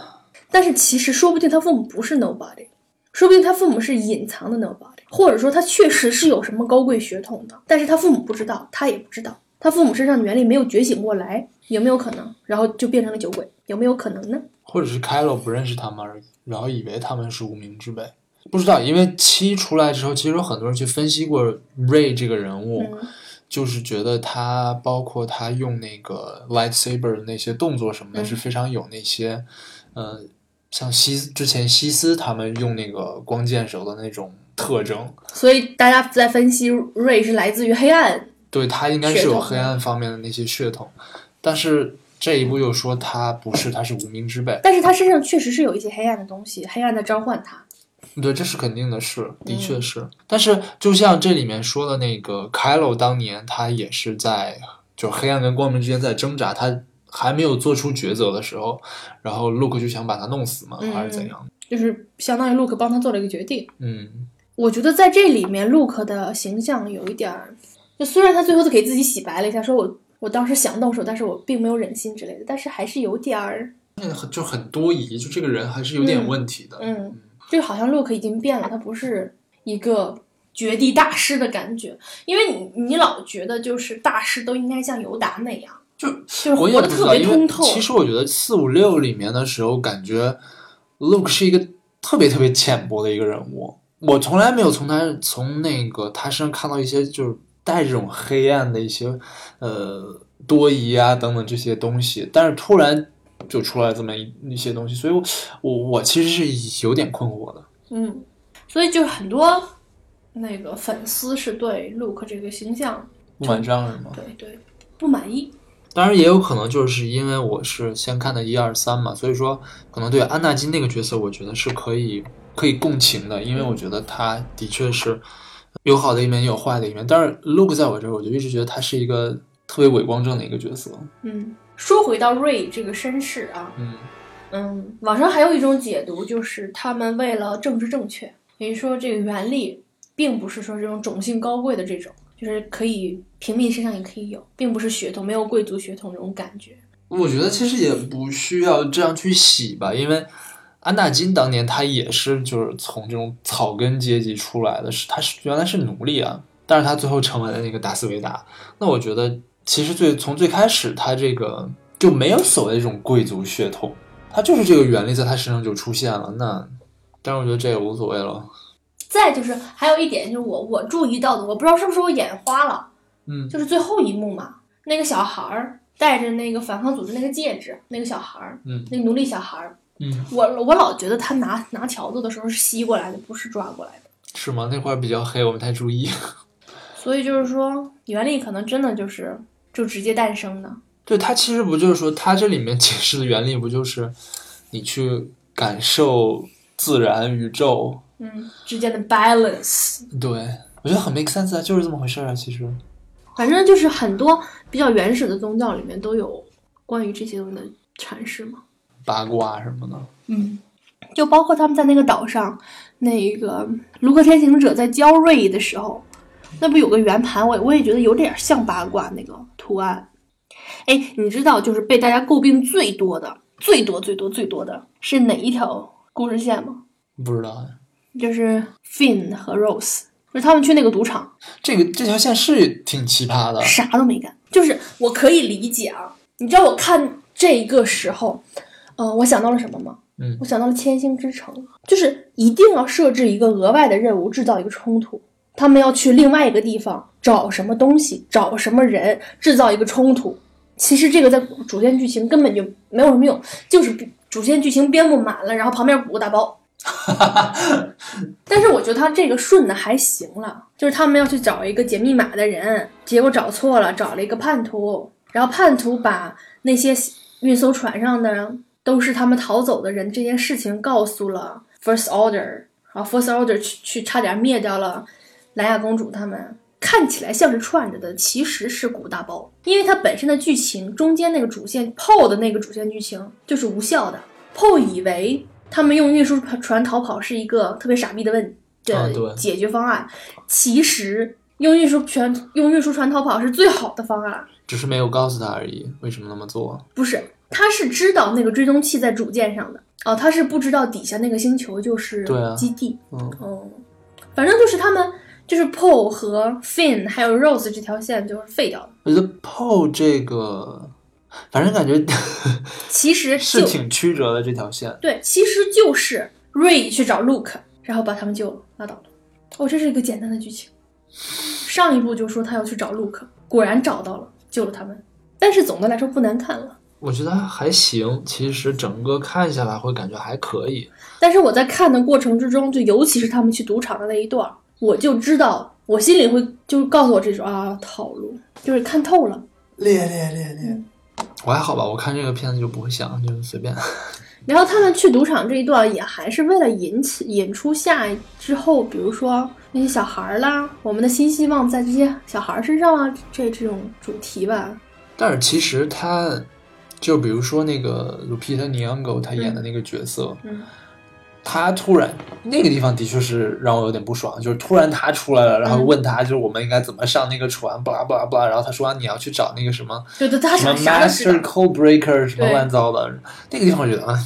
[SPEAKER 2] 但是其实说不定他父母不是 nobody，说不定他父母是隐藏的 nobody，或者说他确实是有什么高贵血统的，但是他父母不知道，他也不知道，他父母身上的原力没有觉醒过来，有没有可能？然后就变成了酒鬼，有没有可能呢？
[SPEAKER 1] 或者是凯洛不认识他们而已，然后以为他们是无名之辈，不知道，因为七出来之后，其实有很多人去分析过瑞这个人物，
[SPEAKER 2] 嗯
[SPEAKER 1] 就是觉得他包括他用那个 lightsaber 的那些动作什么的，
[SPEAKER 2] 嗯
[SPEAKER 1] 是非常有那些，呃，像西之前西斯他们用那个光剑手的那种特征。
[SPEAKER 2] 所以大家在分析瑞是来自于黑暗，
[SPEAKER 1] 对他应该是
[SPEAKER 2] 血
[SPEAKER 1] 有
[SPEAKER 2] 统
[SPEAKER 1] 黑
[SPEAKER 2] 的
[SPEAKER 1] 暗方面的那些血统，但是这一步又说他不是，他是无名之辈。
[SPEAKER 2] 但是他身上确实是有一些黑暗的东西，黑暗在召唤他。
[SPEAKER 1] 对，这是肯定的事，的
[SPEAKER 2] 嗯
[SPEAKER 1] 确是。但是就像这里面说的那个凯洛，当年他也是在就黑暗跟光明之间在挣扎，他还没有做出抉择的时候，然后路克就想把他弄死嘛，
[SPEAKER 2] 嗯
[SPEAKER 1] 还是怎样？
[SPEAKER 2] 就是相当于陆克帮他做了一个决定。
[SPEAKER 1] 嗯，
[SPEAKER 2] 我觉得在这里面，陆克的形象有一点儿，就虽然他最后都给自己洗白了一下，说我我当时想动手，但是我并没有忍心之类的，但是还是有点儿，
[SPEAKER 1] 那很就很多疑，就这个人还是有点
[SPEAKER 2] 嗯
[SPEAKER 1] 问题的。
[SPEAKER 2] 嗯，就好像陆克已经变了，他不是一个绝地大师的感觉，因为你你老觉得就是大师都应该像尤达那样，
[SPEAKER 1] 就
[SPEAKER 2] 就是
[SPEAKER 1] 我
[SPEAKER 2] 活
[SPEAKER 1] 也
[SPEAKER 2] 得
[SPEAKER 1] 不知
[SPEAKER 2] 特
[SPEAKER 1] 道，
[SPEAKER 2] 别
[SPEAKER 1] 因
[SPEAKER 2] 通
[SPEAKER 1] 为
[SPEAKER 2] 透。
[SPEAKER 1] 其实我觉得四五六里面的时候，感觉 Luke 是一个特别特别浅薄的一个人物。我从来没有从他从那个他身上看到一些就是带这种黑暗的一些呃多疑啊等等这些东西，但是突然就出来这么一一些东西，所以我我我其实是有点困惑的。
[SPEAKER 2] 嗯，所以就是很多那个粉丝是对 Luke 这个形象，
[SPEAKER 1] 不满这样是吗？
[SPEAKER 2] 对对不满意。
[SPEAKER 1] 当然也有可能就是因为我是先看的一二三嘛，所以说可能对安纳金那个角色，我觉得是可以可以共情的，因为我觉得他的确是有好的一面，也有坏的一面。但是 Luke 在我这儿，我就一直觉得他是一个特别伪光正的一个角色。
[SPEAKER 2] 嗯，说回到瑞这个身世啊，
[SPEAKER 1] 嗯，
[SPEAKER 2] 嗯，网上还有一种解读，就是他们为了政治正确，也就是说这个原力并不是说这种种姓高贵的这种，就是可以平民身上也可以有，并不是血统没有贵族血统这种感觉。
[SPEAKER 1] 我觉得其实也不需要这样去洗吧，因为安纳金当年他也是就是从这种草根阶级出来的，是他是原来是奴隶啊，但是他最后成为了那个达斯维达。那我觉得其实最从最开始他这个就没有所谓这种贵族血统，他就是这个原力在他身上就出现了。那但是我觉得这也无所谓了，
[SPEAKER 2] 再就是还有一点就是我我注意到的，我不知道是不是我眼花了，
[SPEAKER 1] 嗯，
[SPEAKER 2] 就是最后一幕嘛，那个小孩儿戴着那个反抗组织那个戒指，那个小孩儿，
[SPEAKER 1] 嗯
[SPEAKER 2] 那个奴隶小孩儿，
[SPEAKER 1] 嗯，
[SPEAKER 2] 我我老觉得他拿拿条子的时候是吸过来的，不是抓过来的。
[SPEAKER 1] 是吗？那块儿比较黑，我没太注意。
[SPEAKER 2] 所以就是说，原力可能真的就是就直接诞生的。
[SPEAKER 1] 对他其实不就是说，他这里面解释的原理不就是你去感受自然宇宙？
[SPEAKER 2] 嗯，之间的 balance，
[SPEAKER 1] 对我觉得很 make sense 啊，就是这么回事儿啊。其实，
[SPEAKER 2] 反正就是很多比较原始的宗教里面都有关于这些东西的阐释嘛。
[SPEAKER 1] 八卦什么的，
[SPEAKER 2] 嗯，就包括他们在那个岛上，那个卢克天行者在教瑞的时候，那不有个圆盘，我我也觉得有点像八卦那个图案。哎，你知道就是被大家诟病最多的、最多、最多、最多的是哪一条故事线吗？
[SPEAKER 1] 不知道啊。
[SPEAKER 2] 就是 Finn 和 Rose，就是他们去那个赌场，
[SPEAKER 1] 这个这条线是挺奇葩的，
[SPEAKER 2] 啥都没干。就是我可以理解啊，你知道我看这个时候，嗯、我想到了什么吗？
[SPEAKER 1] 嗯
[SPEAKER 2] 我想到了《千星之城》，就是一定要设置一个额外的任务，制造一个冲突。他们要去另外一个地方找什么东西，找什么人，制造一个冲突。其实这个在主线剧情根本就没有什么用，就是主线剧情编不满了，然后旁边补个大包。但是我觉得他这个顺的还行了，就是他们要去找一个解密码的人，结果找错了，找了一个叛徒，然后叛徒把那些运艘船上的都是他们逃走的人这件事情告诉了 First Order，然后 First Order 去去差点灭掉了莱娅公主他们。看起来像是串着的，其实是古大包，因为它本身的剧情中间那个主线 PO 的那个主线剧情就是无效的。PO 以为他们用运输船逃跑是一个特别傻逼的问
[SPEAKER 1] 啊对
[SPEAKER 2] 的解决方案，其实用运输船用运输船逃跑是最好的方案。
[SPEAKER 1] 只是没有告诉他而已。为什么那么做？
[SPEAKER 2] 不是，他是知道那个追踪器在主舰上的哦，他是不知道底下那个星球就是
[SPEAKER 1] 对啊
[SPEAKER 2] 基地。
[SPEAKER 1] 嗯，
[SPEAKER 2] 嗯，反正就是他们就是 Paul 和 Finn 还有 Rose 这条线就是废掉了。
[SPEAKER 1] 我觉得 PO 这个，反正感觉
[SPEAKER 2] 其实
[SPEAKER 1] 是
[SPEAKER 2] 就
[SPEAKER 1] 挺曲折的这条线。
[SPEAKER 2] 对，其实就是 Ray 去找 Luke，然后把他们救了，拉倒了。哦，这是一个简单的剧情。上一部就说他要去找 Luke，果然找到了，救了他们。但是总的来说不难看了。
[SPEAKER 1] 我觉得还行，其实整个看下来会感觉还可以。
[SPEAKER 2] 但是我在看的过程之中，就尤其是他们去赌场的那一段儿，我就知道，我心里会就是告诉我这种啊套路，就是看透了。
[SPEAKER 1] 烈烈烈
[SPEAKER 2] 烈！
[SPEAKER 1] 我还好吧，我看这个片子就不会想，就是随便。
[SPEAKER 2] 然后他们去赌场这一段也还是为了引起引出下一之后，比如说那些小孩儿啦，我们的新希望在这些小孩儿身上啊，这这种主题吧。
[SPEAKER 1] 但是其实他，就比如说那个鲁皮特尼昂狗他演的那个角色，
[SPEAKER 2] 嗯，
[SPEAKER 1] 他突然那个地方的确是让我有点不爽，就是突然他出来了，
[SPEAKER 2] 嗯
[SPEAKER 1] 然后问他就是我们应该怎么上那个船，巴拉巴拉巴拉，然后他说、啊你要去找那个什么
[SPEAKER 2] 对对，他
[SPEAKER 1] 什么
[SPEAKER 2] 啥啥都知
[SPEAKER 1] master
[SPEAKER 2] 道。
[SPEAKER 1] code breaker 什么
[SPEAKER 2] 对
[SPEAKER 1] 乱糟的，那个地方我觉得啊，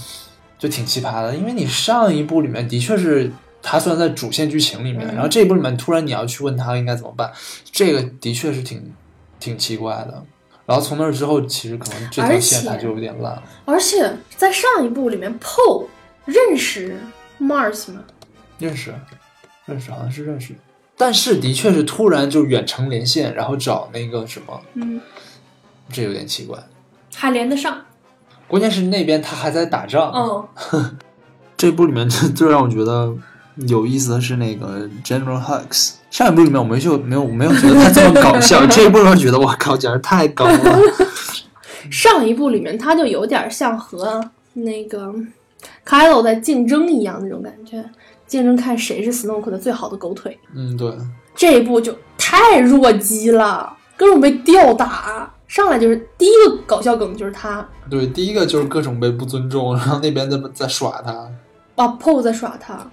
[SPEAKER 1] 就挺奇葩的，因为你上一部里面的确是他虽然在主线剧情里面，
[SPEAKER 2] 嗯
[SPEAKER 1] 然后这一部里面突然你要去问他应该怎么办，这个的确是挺挺奇怪的。然后从那儿之后，其实可能这条
[SPEAKER 2] 而
[SPEAKER 1] 线
[SPEAKER 2] 且
[SPEAKER 1] 它就有点烂了。
[SPEAKER 2] 而且在上一部里面，Poe 认识 Mars 吗？
[SPEAKER 1] 认识，认识，好像是认识。但是的确是突然就远程连线，然后找那个什么，
[SPEAKER 2] 嗯，
[SPEAKER 1] 这有点奇怪。
[SPEAKER 2] 还连得上。
[SPEAKER 1] 关键是那边他还在打仗。
[SPEAKER 2] 嗯，
[SPEAKER 1] 这部里面 最最让我觉得有意思的是那个 General Hux。上一部里面我没就没有没有觉得他这么搞笑，这一部我觉得我靠，简直太搞了。
[SPEAKER 2] 上一部里面他就有点像和那个凯罗在竞争一样那种感觉，竞争看谁是 Snoke 的最好的狗腿。
[SPEAKER 1] 嗯，对，
[SPEAKER 2] 这一部就太弱鸡了，各种被吊打，上来就是第一个搞笑梗就是他
[SPEAKER 1] 对，第一个就是各种被不尊重，然后那边在在耍他，
[SPEAKER 2] 啊，Poe 在耍他，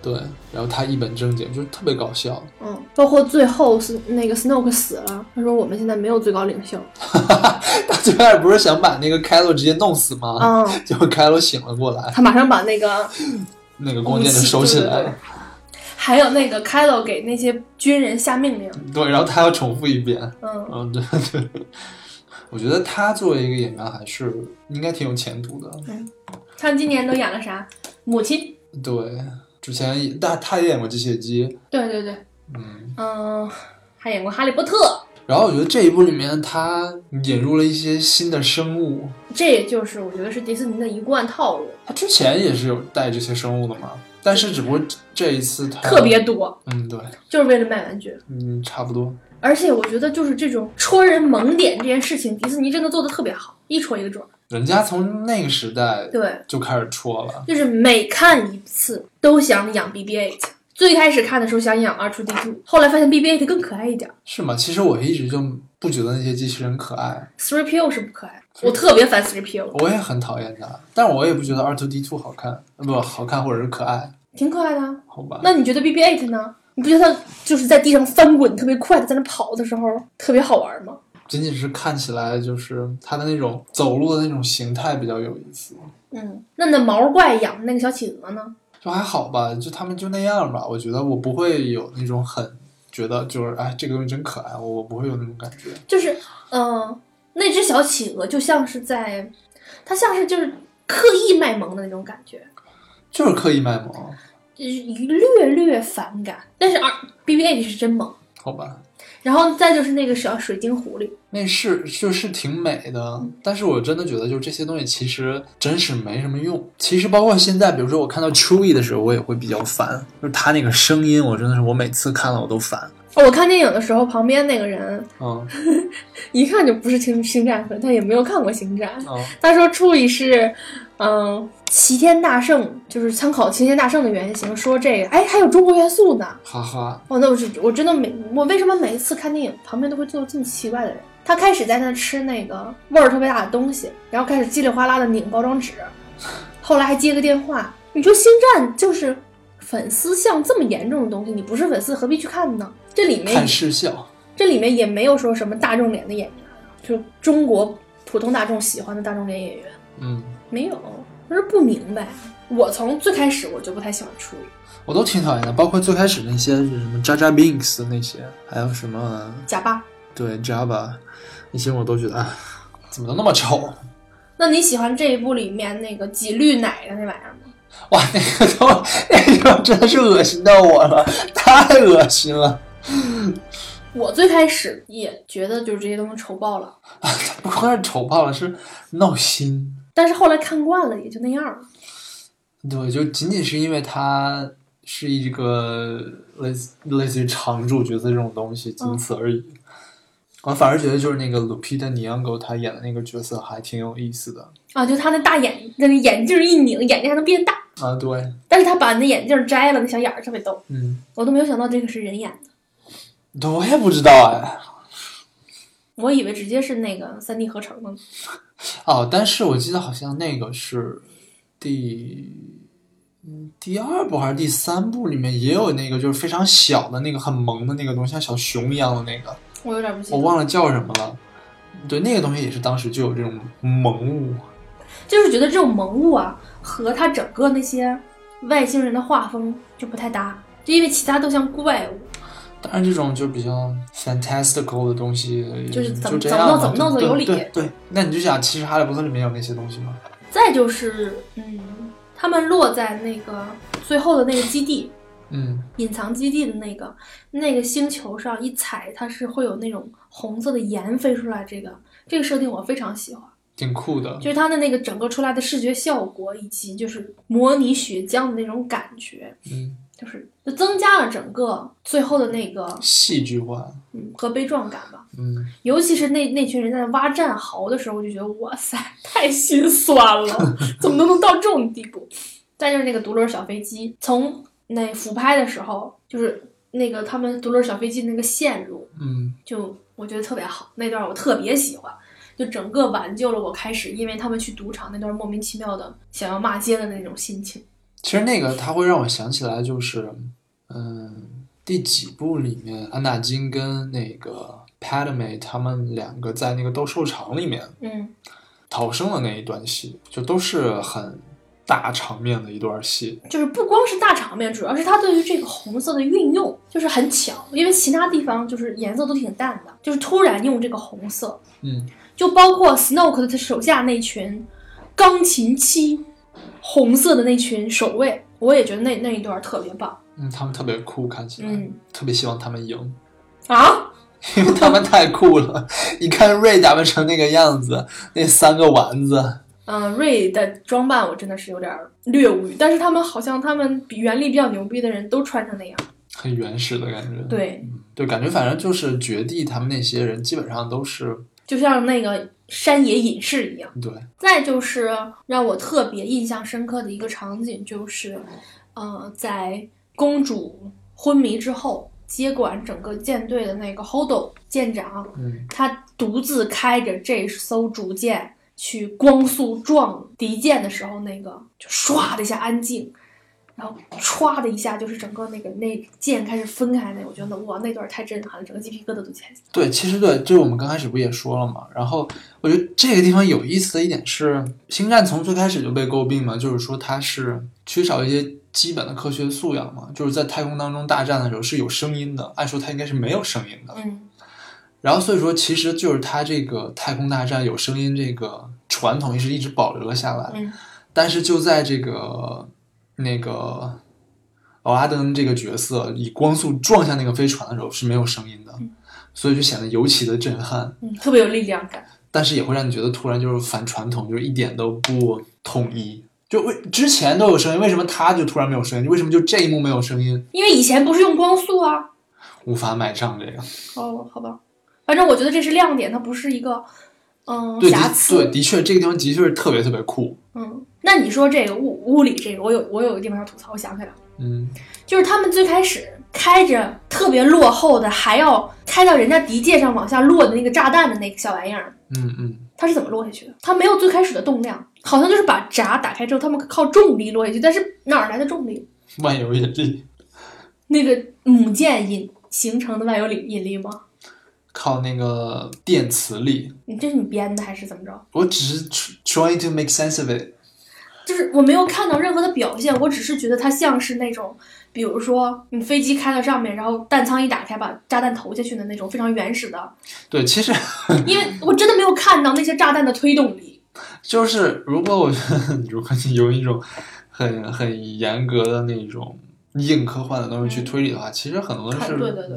[SPEAKER 1] 对，然后他一本正经，就是特别搞笑。
[SPEAKER 2] 嗯，包括最后是那个 Snoke 死了，他说我们现在没有最高领袖，
[SPEAKER 1] 他最开始不是想把那个开洛直接弄死吗？
[SPEAKER 2] 啊、
[SPEAKER 1] 结果开洛醒了过来，
[SPEAKER 2] 他马上把那个
[SPEAKER 1] 那个
[SPEAKER 2] 武
[SPEAKER 1] 光
[SPEAKER 2] 器
[SPEAKER 1] 剑就收起来
[SPEAKER 2] 对对对
[SPEAKER 1] 了。
[SPEAKER 2] 还有那个 Kylo 给那些军人下命令，
[SPEAKER 1] 对，然后他要重复一遍。
[SPEAKER 2] 嗯，
[SPEAKER 1] 嗯，对对。 我觉得他作为一个演员，还是应该挺有前途的。
[SPEAKER 2] 他今年都演了啥？母亲，
[SPEAKER 1] 对，之前也但他也演过《机械姬》，
[SPEAKER 2] 对对对，
[SPEAKER 1] 嗯。
[SPEAKER 2] 嗯、还演过《哈利波特
[SPEAKER 1] 然后我觉得这一部里面，他引入了一些新的生物。》，
[SPEAKER 2] 这也就是我觉得是迪士尼的一贯套路，
[SPEAKER 1] 他之前也是有带这些生物的嘛，但是只不过这一次他
[SPEAKER 2] 特别多，
[SPEAKER 1] 嗯，对，
[SPEAKER 2] 就是为了卖玩具。
[SPEAKER 1] 嗯，差不多。
[SPEAKER 2] 而且我觉得就是这种戳人萌点这件事情，迪士尼真的做的特别好，一戳一个准儿。
[SPEAKER 1] 人家从那个时代
[SPEAKER 2] 对，
[SPEAKER 1] 就开始戳了，
[SPEAKER 2] 就是每看一次都想养 BB-8。最开始看的时候想养 R2D2，后来发现 BB-8 更可爱一点
[SPEAKER 1] 是吗？其实我一直就不觉得那些机器人可爱，
[SPEAKER 2] ，3PO 是不可爱，我特别烦 3PO，
[SPEAKER 1] 我也很讨厌它，但我也不觉得二 two D two 好看，呃不好看或者是可爱，
[SPEAKER 2] 挺可爱的啊。
[SPEAKER 1] 好吧？
[SPEAKER 2] 那你觉得 BB-8 呢？你不觉得它就是在地上翻滚特别快的，在那跑的时候特别好玩吗？
[SPEAKER 1] 仅仅是看起来就是它的那种走路的那种形态比较有意思，
[SPEAKER 2] 嗯，那那毛怪养的那个小企鹅呢？
[SPEAKER 1] 就还好吧，就他们就那样吧。我觉得我不会有那种很觉得就是哎这个东西真可爱，我我不会有那种感觉。
[SPEAKER 2] 就是，嗯、那只小企鹅就像是在，它像是就是刻意卖萌的那种感觉，
[SPEAKER 1] 就是刻意卖萌，
[SPEAKER 2] 就是略略反感。但是 R B B H 是真萌，
[SPEAKER 1] 好吧？
[SPEAKER 2] 然后再就是那个小水晶狐狸，
[SPEAKER 1] 那是就是挺美的，但是我真的觉得就是这些东西其实真是没什么用。其实包括现在，比如说我看到秋意的时候，我也会比较烦，就是他那个声音，我真的是我每次看了我都烦。
[SPEAKER 2] 哦我看电影的时候，旁边那个人
[SPEAKER 1] 嗯
[SPEAKER 2] 一看就不是星星战粉，他也没有看过星战。
[SPEAKER 1] 嗯，
[SPEAKER 2] 他说处理是，嗯、齐天大圣就是参考齐天大圣的原型，说这个，哎，还有中国元素呢。
[SPEAKER 1] 哈哈，
[SPEAKER 2] 哦，那我是我真的每我为什么每一次看电影旁边都会坐这么奇怪的人？他开始在那吃那个味儿特别大的东西，然后开始叽里哗啦的拧包装纸，后来还接个电话。你说《星战》就是粉丝像这么严重的东西，你不是粉丝何必去看呢？这里面
[SPEAKER 1] 看视效，
[SPEAKER 2] 这里面也没有说什么大众脸的演员，就中国普通大众喜欢的大众脸演员
[SPEAKER 1] 嗯，
[SPEAKER 2] 没有，我是不明白。我从最开始我就不太喜欢初一
[SPEAKER 1] 我都挺讨厌的，包括最开始那些是什么渣渣 Binks 的那些，还有什么
[SPEAKER 2] 假巴。
[SPEAKER 1] 对 Java 那些，我都觉得啊，怎么都那么丑。
[SPEAKER 2] 那你喜欢这一部里面那个挤绿奶的那玩意儿吗？
[SPEAKER 1] 哇，那个都，那个地方真的是恶心到我了，太恶心了。
[SPEAKER 2] 我最开始也觉得就是这些东西丑爆了，
[SPEAKER 1] 不光是丑爆了，是闹心。
[SPEAKER 2] 但是后来看惯了，也就那样了。
[SPEAKER 1] 对，就仅仅是因为它是一个类似类似于常驻角色这种东西，仅此而已。我反而觉得就是那个 Lupita Nyong'o 她演的那个角色还挺有意思的
[SPEAKER 2] 啊，就他那大眼，那个眼镜一拧，眼睛还能变大。
[SPEAKER 1] 啊。对，
[SPEAKER 2] 但是他把那眼镜摘了，那小眼儿特别逗，
[SPEAKER 1] 嗯，
[SPEAKER 2] 我都没有想到这个是人演的，
[SPEAKER 1] 对，我也不知道哎。
[SPEAKER 2] 我以为直接是那个三 D 合成的呢。
[SPEAKER 1] 哦，但是我记得好像那个是第嗯第二部还是第三部里面也有那个，就是非常小的那个很萌的那个东西，像小熊一样的那个。
[SPEAKER 2] 我有点不记
[SPEAKER 1] 我
[SPEAKER 2] 得，
[SPEAKER 1] 忘了叫什么了。对，那个东西也是当时就有这种萌物，
[SPEAKER 2] 就是觉得这种萌物啊，和他整个那些外星人的画风就不太搭，就因为其他都像怪物，
[SPEAKER 1] 当然，这种就比较 fantastical 的东西，
[SPEAKER 2] 就是怎么
[SPEAKER 1] 这样嘛
[SPEAKER 2] 怎么弄怎么弄都有理
[SPEAKER 1] 对对对，那你就想，其实《哈利波特》里面有那些东西吗？
[SPEAKER 2] 再就是，嗯，他们落在那个最后的那个基地，
[SPEAKER 1] 嗯，
[SPEAKER 2] 隐藏基地的那个那个星球上一踩，它是会有那种红色的盐飞出来。这个这个设定我非常喜欢，
[SPEAKER 1] 挺酷的
[SPEAKER 2] 就。是它的那个整个出来的视觉效果，以及就是模拟血浆的那种感觉，
[SPEAKER 1] 嗯，
[SPEAKER 2] 就是就增加了整个最后的那个
[SPEAKER 1] 戏剧化。
[SPEAKER 2] 嗯和悲壮感吧。
[SPEAKER 1] 嗯，
[SPEAKER 2] 尤其是那那群人在挖战壕的时候，我就觉得哇塞， 太心酸了，怎么都能到这种地步？再就是那个独轮小飞机，从那俯拍的时候，就是那个他们独轮小飞机那个线路，
[SPEAKER 1] 嗯，
[SPEAKER 2] 就我觉得特别好，那段我特别喜欢，就整个挽救了我开始因为他们去赌场那段莫名其妙的想要骂街的那种心情。
[SPEAKER 1] 其实那个它会让我想起来，就是，嗯，第几部里面，安纳金跟那个 Padme 他们两个在那个斗兽场里面
[SPEAKER 2] 嗯
[SPEAKER 1] 逃生的那一段戏，就都是很大场面的一段戏。
[SPEAKER 2] 就是不光是大场面，主要是它对于这个红色的运用就是很巧，因为其他地方就是颜色都挺淡的，就是突然用这个红色，
[SPEAKER 1] 嗯，
[SPEAKER 2] 就包括 Snoke 的手下那群钢琴七红色的那群守卫，我也觉得那那一段特别棒。
[SPEAKER 1] 嗯，他们特别酷，看起来，
[SPEAKER 2] 嗯
[SPEAKER 1] 特别希望他们赢。
[SPEAKER 2] 啊，
[SPEAKER 1] 因为他们太酷了。你看瑞打扮成那个样子，那三个丸子，
[SPEAKER 2] 嗯，瑞的装扮我真的是有点儿略无语，但是他们好像他们比原力比较牛逼的人都穿成那样，
[SPEAKER 1] 很原始的感觉。
[SPEAKER 2] 对，
[SPEAKER 1] 嗯，对，感觉反正就是绝地他们那些人基本上都是
[SPEAKER 2] 就像那个山野隐士一样。
[SPEAKER 1] 对，
[SPEAKER 2] 再就是让我特别印象深刻的一个场景，就是，呃，在公主昏迷之后，接管整个舰队的那个 Hodo 舰长，
[SPEAKER 1] 嗯
[SPEAKER 2] 他独自开着这艘主舰去光速撞敌舰的时候，那个就唰的一下安静，然后歘的一下就是整个那个那舰开始分开那，我觉得哇，那段太震撼了，整个鸡皮疙瘩都起来了。
[SPEAKER 1] 对，其实对，就是我们刚开始不也说了嘛。然后我觉得这个地方有意思的一点是，《星战》从最开始就被诟病嘛，就是说它是缺少一些基本的科学素养嘛，就是在太空当中大战的时候是有声音的，按说它应该是没有声音的。
[SPEAKER 2] 嗯
[SPEAKER 1] 然后所以说，其实就是它这个太空大战有声音这个传统是一直保留了下来，
[SPEAKER 2] 嗯
[SPEAKER 1] 但是就在这个那个奥拉登这个角色以光速撞向那个飞船的时候是没有声音的，所以就显得尤其的震撼，
[SPEAKER 2] 嗯，特别有力量感。
[SPEAKER 1] 但是也会让你觉得突然就是反传统，就是一点都不统一。就为之前都有声音，为什么他就突然没有声音？为什么就这一幕没有声音？
[SPEAKER 2] 因为以前不是用光速啊。
[SPEAKER 1] 无法买账这个。
[SPEAKER 2] 哦，好吧，反正我觉得这是亮点，它不是一个嗯
[SPEAKER 1] 对，
[SPEAKER 2] 瑕
[SPEAKER 1] 的对，
[SPEAKER 2] 疵。
[SPEAKER 1] 的确这个地方的确是特别特别酷。
[SPEAKER 2] 嗯，那你说这个物物理这个，我有我有个地方要吐槽，我想起来了，
[SPEAKER 1] 嗯，
[SPEAKER 2] 就是他们最开始开着特别落后的，还要开到人家敌舰上往下落的那个炸弹的那个小玩意儿，
[SPEAKER 1] 嗯嗯，
[SPEAKER 2] 它是怎么落下去的？它没有最开始的动量，好像就是把闸打开之后，他们靠重力落下去，但是哪儿来的重力？
[SPEAKER 1] 万有引力
[SPEAKER 2] 那个母舰引形成的万有引引力吗？
[SPEAKER 1] 靠那个电磁力。
[SPEAKER 2] 你这是你编的还是怎么着？
[SPEAKER 1] 我只是 tr- trying to make sense of it。
[SPEAKER 2] 就是我没有看到任何的表现，我只是觉得它像是那种，比如说你飞机开到上面，然后弹仓一打开，把炸弹投下去的那种非常原始的，
[SPEAKER 1] 对，其实
[SPEAKER 2] 因为我真的没有看到那些炸弹的推动力。
[SPEAKER 1] 就是如果我觉得 如果你有一种很很严格的那种硬科幻的东西去推理的话，其实很多
[SPEAKER 2] 嗯看
[SPEAKER 1] 是
[SPEAKER 2] 对对对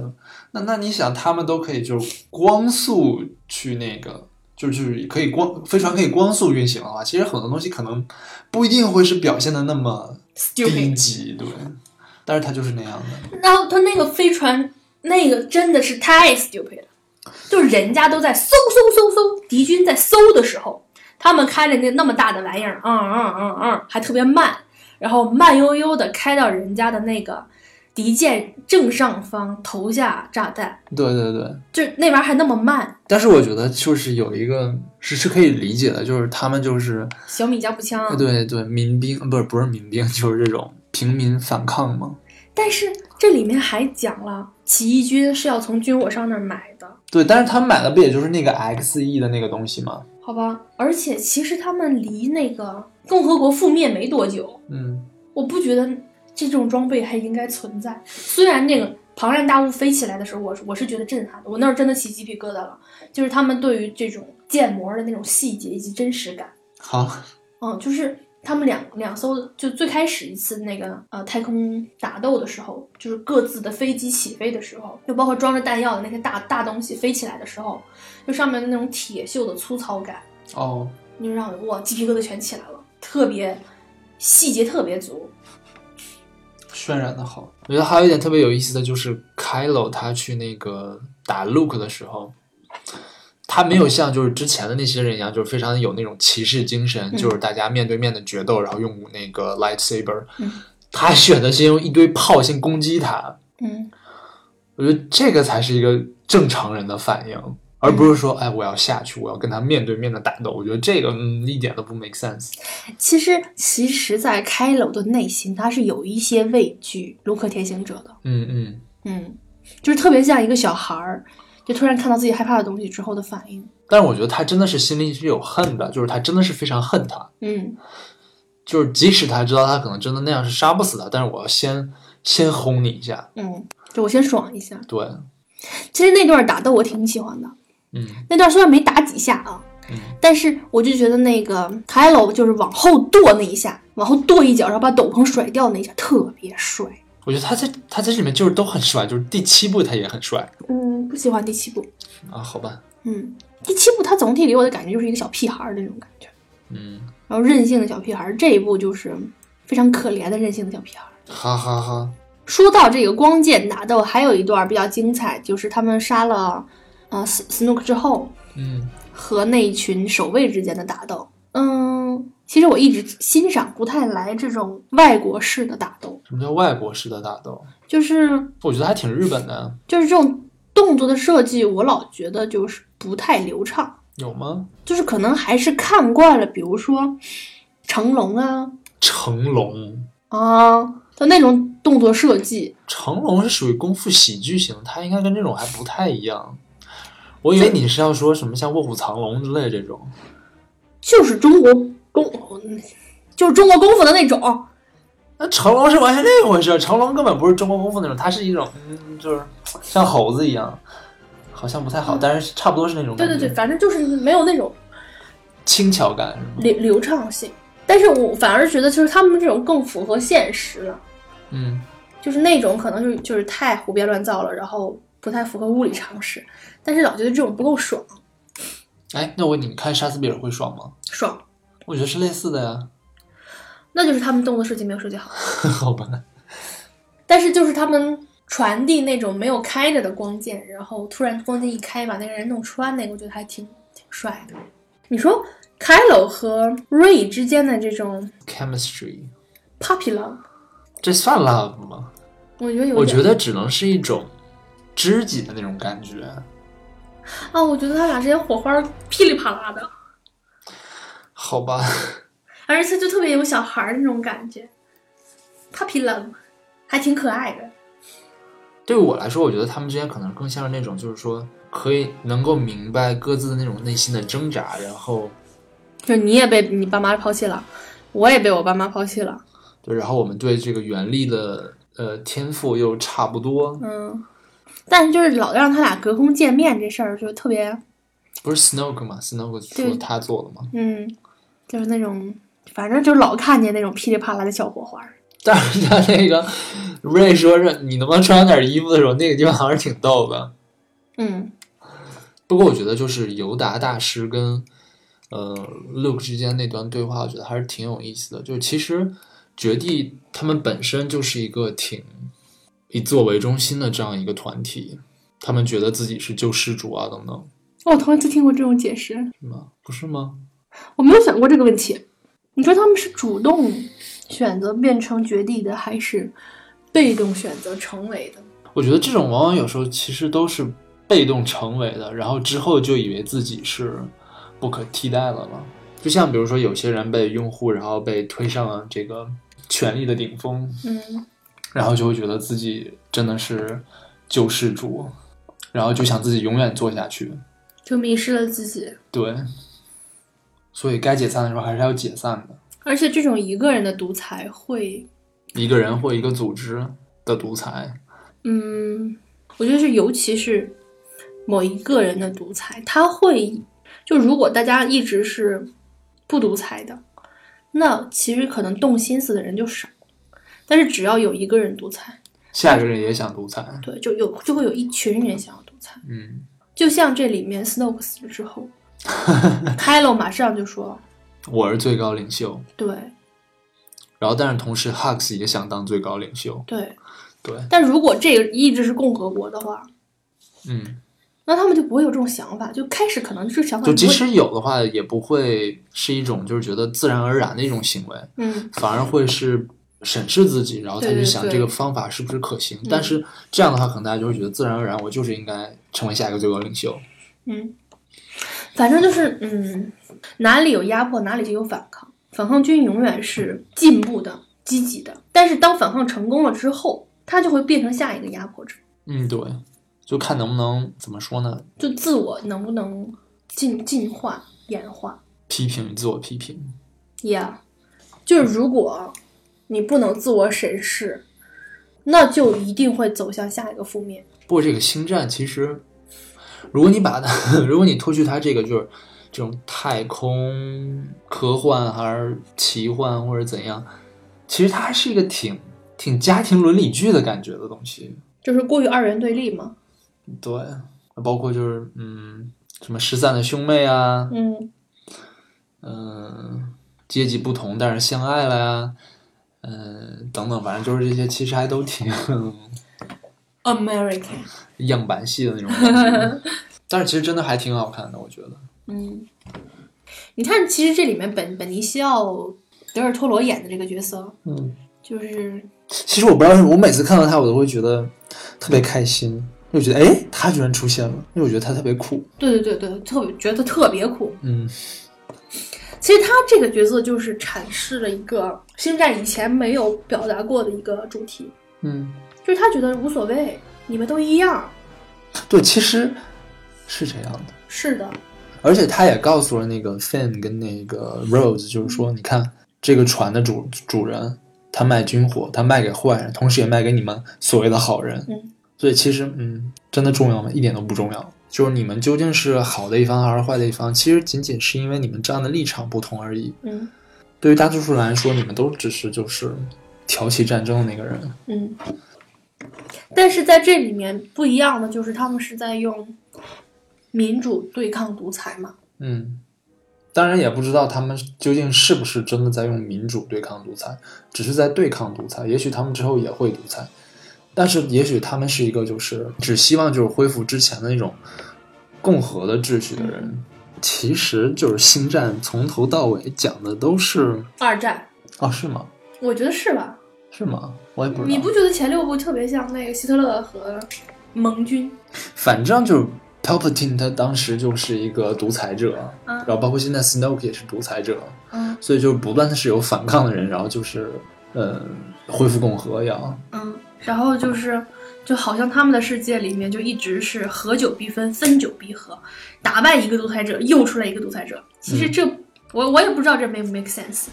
[SPEAKER 1] 那那你想，他们都可以就是光速去那个。就是可以光飞船可以光速运行的话，其实很多东西可能不一定会是表现的那么低
[SPEAKER 2] Stupid。
[SPEAKER 1] 级，对，但是它就是那样的。
[SPEAKER 2] 然后他那个飞船，那个真的是太 stupid 了，就是人家都在搜搜搜搜，敌军在搜的时候，他们开着那那么大的玩意儿，嗯嗯嗯嗯，还特别慢，然后慢悠悠的开到人家的那个敌舰正上方投下炸弹，
[SPEAKER 1] 对对对，
[SPEAKER 2] 就那玩意儿还那么慢，
[SPEAKER 1] 但是我觉得就是有一个是是可以理解的，就是他们就是
[SPEAKER 2] 小米加步枪
[SPEAKER 3] 嗯
[SPEAKER 2] 啊。
[SPEAKER 1] 对对民兵不是不是民兵， 就是这种平民反抗嘛。
[SPEAKER 2] 但是这里面还讲了，起义军是要从军火商那儿买的，
[SPEAKER 1] 对，但是他们买的不也就是那个 XE 的那个东西吗？
[SPEAKER 2] 好吧？而且其实他们离那个共和国覆灭没多久。
[SPEAKER 1] 嗯，
[SPEAKER 3] 我不觉得这种装备还应该存在。虽然那个庞然大物飞起来的时候，我是我是觉得震撼的，我那儿真的起鸡皮疙瘩了。就是他们对于这种建模的那种细节以及真实感，
[SPEAKER 1] 好，
[SPEAKER 3] 嗯，就是他们两两艘就最开始一次那个呃太空打斗的时候，就是各自的飞机起飞的时候，就包括装着弹药的那些大大东西飞起来的时候，就上面的那种铁锈的粗糙感，
[SPEAKER 1] 哦，
[SPEAKER 3] 就让我哇鸡皮疙瘩全起来了，特别细节特别足。
[SPEAKER 1] 渲染的好。我觉得还有一点特别有意思的就是开 o 他去那个打 Luke 的时候，他没有像就是之前的那些人一样，就是非常有那种骑士精神，
[SPEAKER 3] 嗯
[SPEAKER 1] 就是大家面对面的决斗，然后用那个 lightsaber
[SPEAKER 3] 嗯。
[SPEAKER 1] 他选的是用一堆炮先攻击他，
[SPEAKER 3] 嗯，
[SPEAKER 1] 我觉得这个才是一个正常人的反应，而不是说，哎，我要下去，我要跟他面对面的打斗。我觉得这个嗯一点都不 make sense。
[SPEAKER 2] 其实，其实，在开楼的内心，他是有一些畏惧卢克天行者的。
[SPEAKER 1] 嗯嗯，
[SPEAKER 2] 嗯，就是特别像一个小孩儿，就突然看到自己害怕的东西之后的反应。
[SPEAKER 1] 但是我觉得他真的是心里是有恨的，就是他真的是非常恨他，
[SPEAKER 2] 嗯，
[SPEAKER 1] 就是即使他知道他可能真的那样是杀不死他，但是我要先先轰你一下。
[SPEAKER 2] 嗯，就我先爽一下。
[SPEAKER 1] 对，
[SPEAKER 2] 其实那段打斗我挺喜欢的，
[SPEAKER 1] 嗯
[SPEAKER 2] 那段虽然没打几下啊，
[SPEAKER 1] 嗯
[SPEAKER 2] 但是我就觉得那个凯罗就是往后跺那一下，往后跺一脚，然后把斗篷甩掉那一下特别帅。
[SPEAKER 1] 我觉得他在他在这里面就是都很帅，就是第七部他也很帅
[SPEAKER 2] 嗯，不喜欢第七部。
[SPEAKER 1] 啊，好吧，
[SPEAKER 2] 嗯，第七部它总体给我的感觉就是一个小屁孩儿的那种感觉，
[SPEAKER 1] 嗯，
[SPEAKER 2] 然后任性的小屁孩儿。这一部就是非常可怜的任性的小屁孩儿。
[SPEAKER 1] 哈哈哈，
[SPEAKER 2] 说到这个光剑打斗，还有一段比较精彩，就是他们杀了呃斯斯诺克之后
[SPEAKER 1] 嗯
[SPEAKER 2] 和那一群守卫之间的打斗。嗯，其实我一直欣赏不太来这种外国式的打斗，
[SPEAKER 1] 什么叫外国式的打斗？
[SPEAKER 2] 就是
[SPEAKER 1] 我觉得还挺日本的，
[SPEAKER 2] 就是这种动作的设计，我老觉得就是不太流畅，
[SPEAKER 1] 有吗？
[SPEAKER 2] 就是可能还是看惯了，比如说成龙啊
[SPEAKER 1] 成龙，
[SPEAKER 2] 啊的那种动作设计，
[SPEAKER 1] 成龙是属于功夫喜剧型，他应该跟这种还不太一样。我以为你是要说什么像《卧虎藏龙》之类的这种，
[SPEAKER 2] 就是中国功，就是中国功夫的那种。
[SPEAKER 1] 那成龙是完全另一回事。成龙根本不是中国功夫那种，他是一种，嗯，就是像猴子一样，好像不太好，但是差不多是那种
[SPEAKER 3] 对
[SPEAKER 1] 感
[SPEAKER 3] 对
[SPEAKER 1] 觉，
[SPEAKER 3] 对，反正就是没有那种
[SPEAKER 1] 轻巧感是吗？
[SPEAKER 2] 流流畅性。但是我反而觉得，就是他们这种更符合现实了，
[SPEAKER 1] 嗯，
[SPEAKER 2] 就是那种可能就是就是太胡编乱造了，然后不太符合物理常识。但是老觉得这种不够爽，
[SPEAKER 1] 哎，那我问你，你看杀死比尔会爽吗？
[SPEAKER 2] 爽，
[SPEAKER 1] 我觉得是类似的呀，
[SPEAKER 2] 那就是他们动作设计没有设计好。
[SPEAKER 1] 好吧？
[SPEAKER 3] 但是就是他们传递那种没有开着的光剑，然后突然光剑一开把那个人弄穿，那个我觉得还挺挺帅的。
[SPEAKER 2] 你说凯鲁和瑞之间的这种
[SPEAKER 1] Chemistry，
[SPEAKER 2] puppy love，
[SPEAKER 1] 这算 love 吗？
[SPEAKER 2] 我觉得有点，
[SPEAKER 1] 我觉得只能是一种知己的那种感觉。
[SPEAKER 2] 啊，我觉得他俩之间火花
[SPEAKER 3] 噼里啪啦的，
[SPEAKER 1] 好吧，
[SPEAKER 3] 而且就特别有小孩儿那种感觉，puppy love，还挺可爱的。
[SPEAKER 1] 对我来说，我觉得他们之间可能更像是那种，就是说可以能够明白各自的那种内心的挣扎，然后
[SPEAKER 2] 就你也被你爸妈抛弃了，我也被我爸妈抛弃了，
[SPEAKER 1] 对，然后我们对这个原力的呃天赋又差不多，
[SPEAKER 2] 嗯。但是就是老让他俩隔空见面这事儿，就特别
[SPEAKER 1] 不是 Snoke 嘛？Snoke
[SPEAKER 2] 对
[SPEAKER 1] 说他做的嘛？
[SPEAKER 2] 嗯，就是那种，反正就老看见那种噼里啪啦的小火花儿。
[SPEAKER 1] 但是他那个 Ray 说是你能不能穿点衣服的时候，那个地方还是挺逗的。
[SPEAKER 2] 嗯，
[SPEAKER 1] 不过我觉得就是尤达大师跟呃 Luke 之间那段对话，我觉得还是挺有意思的。就是其实绝地他们本身就是一个挺以自我为中心的这样一个团体，他们觉得自己是救世主啊等等，
[SPEAKER 2] 我头一次听过这种解释，
[SPEAKER 1] 是吗？不是吗？
[SPEAKER 2] 我没有想过这个问题。你说他们是主动选择变成绝地的，还是被动选择成为的？
[SPEAKER 1] 我觉得这种往往有时候其实都是被动成为的，然后之后就以为自己是不可替代了嘛。就像比如说有些人被拥护，然后被推上了这个权力的顶峰，
[SPEAKER 2] 嗯，
[SPEAKER 1] 然后就会觉得自己真的是救世主，然后就想自己永远做下去。
[SPEAKER 2] 就迷失了自己。
[SPEAKER 1] 对，所以该解散的时候还是要解散的。
[SPEAKER 2] 而且这种一个人的独裁会
[SPEAKER 1] 一个人或一个组织的独裁。
[SPEAKER 2] 嗯，我觉得是，尤其是某一个人的独裁，他会就如果大家一直是不独裁的，那其实可能动心思的人就少。但是只要有一个人独裁，
[SPEAKER 1] 下一个人也想独裁，
[SPEAKER 2] 对，就有就会有一群人想要独裁。
[SPEAKER 1] 嗯，
[SPEAKER 2] 就像这里面 Snoke 死了之后 ，Kylo 马上就说
[SPEAKER 1] 我是最高领袖。：“
[SPEAKER 2] 对
[SPEAKER 1] 然后，但是同时，Hux 也想当最高领袖。
[SPEAKER 2] 对。”
[SPEAKER 1] 对，
[SPEAKER 2] 但如果这个一直是共和国的话，
[SPEAKER 1] 嗯，
[SPEAKER 2] 那他们就不会有这种想法，就开始可能这想法
[SPEAKER 1] 就即
[SPEAKER 2] 不会
[SPEAKER 1] 使有的话，也不会是一种就是觉得自然而然的一种行为，
[SPEAKER 2] 嗯
[SPEAKER 1] 反而会是审视自己，然后再
[SPEAKER 2] 对
[SPEAKER 1] 去
[SPEAKER 2] 对
[SPEAKER 1] 想
[SPEAKER 2] 对嗯
[SPEAKER 1] 这个方法是不是可行。但是这样的话，可能大家就会觉得自然而然，我就是应该成为下一个最高领袖。
[SPEAKER 2] 嗯，反正就是嗯，哪里有压迫，哪里就有反抗。反抗军永远是进步的、积极的，但是当反抗成功了之后，他就会变成下一个压迫者，
[SPEAKER 1] 嗯，对，就看能不能怎么说呢？
[SPEAKER 2] 就自我能不能进进化、演化
[SPEAKER 1] 批评与自我批评。
[SPEAKER 2] ？Yeah，就是如果你不能自我审视，那就一定会走向下一个负面。
[SPEAKER 1] 不过这个星战其实，如果你把它， 如果你脱去它这个就是这种太空科幻还是奇幻或者怎样，其实它还是一个挺挺家庭伦理剧的感觉的东西。
[SPEAKER 2] 就是过于二元对立嘛，
[SPEAKER 1] 对，包括就是嗯，什么失散的兄妹啊，
[SPEAKER 2] 嗯，
[SPEAKER 1] 嗯、阶级不同但是相爱了呀、嗯、等等，反正就是这些，其实还都挺
[SPEAKER 2] American，
[SPEAKER 1] 样板戏的那种感 觉但是其实真的还挺好看的，我觉得。
[SPEAKER 2] 嗯，你看，其实这里面本本尼西奥德尔托罗演的这个角色，
[SPEAKER 1] 嗯，
[SPEAKER 2] 就是
[SPEAKER 1] 其实我不知道为什么，我每次看到他，我都会觉得特别开心，就觉得哎，他居然出现了，因为我觉得他特别酷。
[SPEAKER 2] 对对对对，特别觉得特别酷。
[SPEAKER 1] 嗯，
[SPEAKER 2] 其实他这个角色就是阐释了一个星战以前没有表达过的一个主题，
[SPEAKER 1] 嗯，
[SPEAKER 2] 就是他觉得无所谓，你们都一样。
[SPEAKER 1] 对，其实是这样的。
[SPEAKER 2] 是的，
[SPEAKER 1] 而且他也告诉了那个 Finn 跟那个 Rose，就是说，你看这个船的主主人，他卖军火，他卖给坏人，同时也卖给你们所谓的好人。
[SPEAKER 2] 嗯，
[SPEAKER 1] 所以其实，嗯，真的重要吗？一点都不重要。就是你们究竟是好的一方还是坏的一方，其实仅仅是因为你们站的立场不同而已。
[SPEAKER 2] 嗯
[SPEAKER 1] 对于大多数人来说，你们都只是就是挑起战争的那个人。
[SPEAKER 2] 嗯。但是在这里面不一样的就是，他们是在用民主对抗独裁嘛。
[SPEAKER 1] 嗯，当然也不知道他们究竟是不是真的在用民主对抗独裁，只是在对抗独裁。也许他们之后也会独裁，但是也许他们是一个就是只希望就是恢复之前的那种共和的秩序的人。其实就是《星战》从头到尾讲的都是
[SPEAKER 2] 二战，
[SPEAKER 1] 哦，是吗？
[SPEAKER 2] 我觉得是吧？
[SPEAKER 1] 是吗？我也不知
[SPEAKER 2] 你
[SPEAKER 1] 道。
[SPEAKER 2] 不觉得前六部特别像那个希特勒和盟军？
[SPEAKER 1] 反正就是 Palpatine 他当时就是一个独裁者，
[SPEAKER 2] 嗯
[SPEAKER 1] 然后包括现在 Snoke 也是独裁者。
[SPEAKER 2] 嗯
[SPEAKER 1] 所以就是不断的是有反抗的人，然后就是呃恢复共和呀。
[SPEAKER 2] 嗯，然后就是，就好像他们的世界里面就一直是合久必分，分久必合，打败一个独裁者，又出来一个独裁者。其
[SPEAKER 1] 嗯
[SPEAKER 2] 实这、我我也不知道这 make 不 make sense。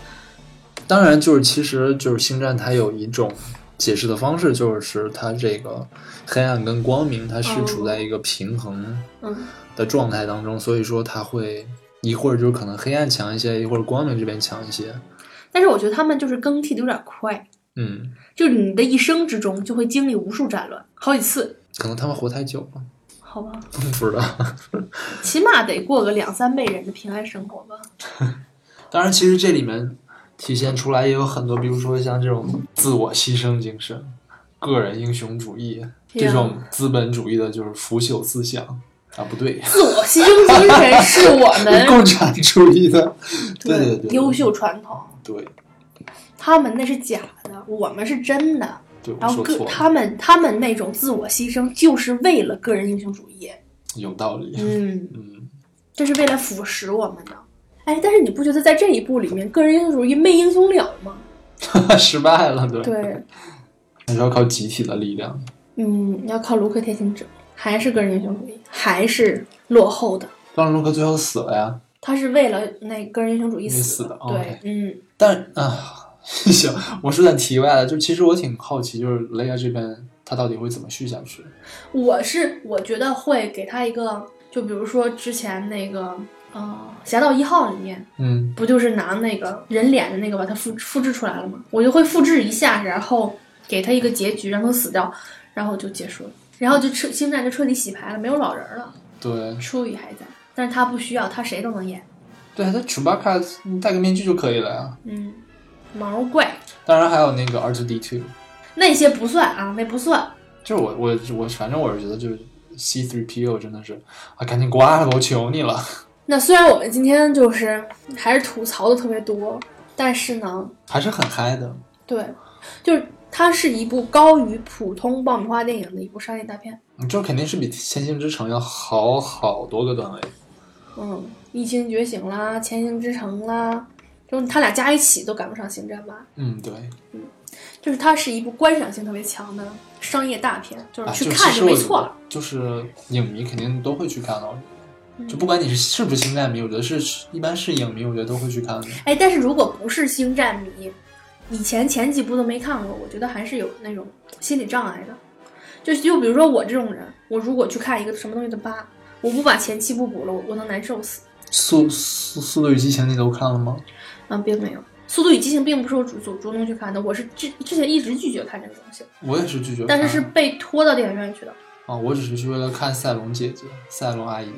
[SPEAKER 1] 当然，就是其实就是星战它有一种解释的方式，就是它这个黑暗跟光明它是
[SPEAKER 2] 哦
[SPEAKER 1] 处在一个平衡
[SPEAKER 2] 嗯
[SPEAKER 1] 的状态当中，所以说它会一会儿就是可能黑暗强一些，一会儿光明这边强一些。
[SPEAKER 2] 但是我觉得他们就是更替的有点快，
[SPEAKER 1] 嗯，
[SPEAKER 2] 就是你的一生之中就会经历无数战乱，好几次，
[SPEAKER 1] 可能他们活太久了，
[SPEAKER 2] 好吧，
[SPEAKER 1] 不知道。
[SPEAKER 2] 起码得过个两三辈人的平安生活吧。
[SPEAKER 1] 当然，其实这里面体现出来也有很多，比如说像这种自我牺牲精神、个人英雄主义
[SPEAKER 2] 啊
[SPEAKER 1] 这种资本主义的，就是腐朽思想啊，不对，
[SPEAKER 2] 自我牺牲精神是我们
[SPEAKER 1] 共产主义的， 对对对，
[SPEAKER 2] 啊优秀传统。
[SPEAKER 1] 对，
[SPEAKER 2] 他们那是假的，我们是真的。
[SPEAKER 1] 对，我
[SPEAKER 2] 然后
[SPEAKER 1] 说
[SPEAKER 2] 个
[SPEAKER 1] 错了，
[SPEAKER 2] 他们他们那种自我牺牲，就是为了个人英雄主义，
[SPEAKER 1] 有道理，
[SPEAKER 2] 嗯，
[SPEAKER 1] 嗯，
[SPEAKER 2] 这是为了腐蚀我们的。哎，但是你不觉得在这一步里面，个人英雄主义没英雄了吗？
[SPEAKER 1] 失败了，对，
[SPEAKER 2] 对，
[SPEAKER 1] 还是要靠集体的力量，
[SPEAKER 2] 嗯，要靠卢克天行者，还是个人英雄主义，还是落后的。
[SPEAKER 1] 当然卢克最后死了呀，
[SPEAKER 2] 他是为了那个人英雄主义
[SPEAKER 1] 你死
[SPEAKER 2] 的
[SPEAKER 1] 的，哦
[SPEAKER 2] 对
[SPEAKER 1] OK
[SPEAKER 2] 嗯，
[SPEAKER 1] 但啊， 行，我说点题外的，就其实我挺好奇，就是雷亚这边他到底会怎么续下去？
[SPEAKER 2] 我是我觉得会给他一个，就比如说之前那个呃《侠盗一号》里面，
[SPEAKER 1] 嗯
[SPEAKER 2] 不就是拿那个人脸的那个把它复复制出来了吗？我就会复制一下，然后给他一个结局，让他死掉，然后就结束了，然后就彻星战就彻底洗牌了，没有老人了，，
[SPEAKER 1] 对，
[SPEAKER 2] 初宇还在，但是他不需要，他谁都能演，
[SPEAKER 1] 对，他楚巴卡戴个面具就可以了呀。
[SPEAKER 2] 嗯，毛怪
[SPEAKER 1] 当然还有那个 R 2 D 2
[SPEAKER 2] 那些不算啊，那不算，
[SPEAKER 1] 就是我我我，反正我是觉得就是 C 3 P O 真的是啊，赶紧挂了吧，我求你了。
[SPEAKER 2] 那虽然我们今天就是还是吐槽的特别多，但是呢，
[SPEAKER 1] 还是很嗨的，
[SPEAKER 2] 对，就是它是一部高于普通爆米花电影的一部商业大片。
[SPEAKER 1] 就肯定是比《千星之城》要好好多个段位。
[SPEAKER 2] 嗯，《异星觉醒》啦，《千星之城》啦，就是它俩加一起都赶不上《星战》吧。
[SPEAKER 1] 嗯，对，
[SPEAKER 2] 就是它是一部观赏性特别强的商业大片，就
[SPEAKER 1] 啊，
[SPEAKER 2] 是
[SPEAKER 1] 就
[SPEAKER 2] 去
[SPEAKER 1] 其
[SPEAKER 2] 看
[SPEAKER 1] 实
[SPEAKER 2] 就
[SPEAKER 1] 我
[SPEAKER 2] 没
[SPEAKER 1] 觉
[SPEAKER 2] 错
[SPEAKER 1] 得
[SPEAKER 2] 了。
[SPEAKER 1] 就是影迷肯定都会去看的，
[SPEAKER 2] 嗯
[SPEAKER 1] 就不管你是是不是星战迷，我觉得是一般是影迷，我觉得都会去看的。
[SPEAKER 2] 哎，但是如果不是星战迷，以前前几部都没看过，我觉得还是有那种心理障碍的。就就比如说我这种人，我如果去看一个什么东西的疤，我不把前七部补了，我我能难受死。
[SPEAKER 1] 速速速度与激情你都看了吗？
[SPEAKER 2] 啊，并没有，《速度与激情》并不是我主主主动去看的，我是之之前一直拒绝看这个东西，
[SPEAKER 1] 我也是拒绝看，
[SPEAKER 2] 但是是被拖到电影院去的。
[SPEAKER 1] 啊，我只是去为了看赛龙姐姐、赛龙阿姨，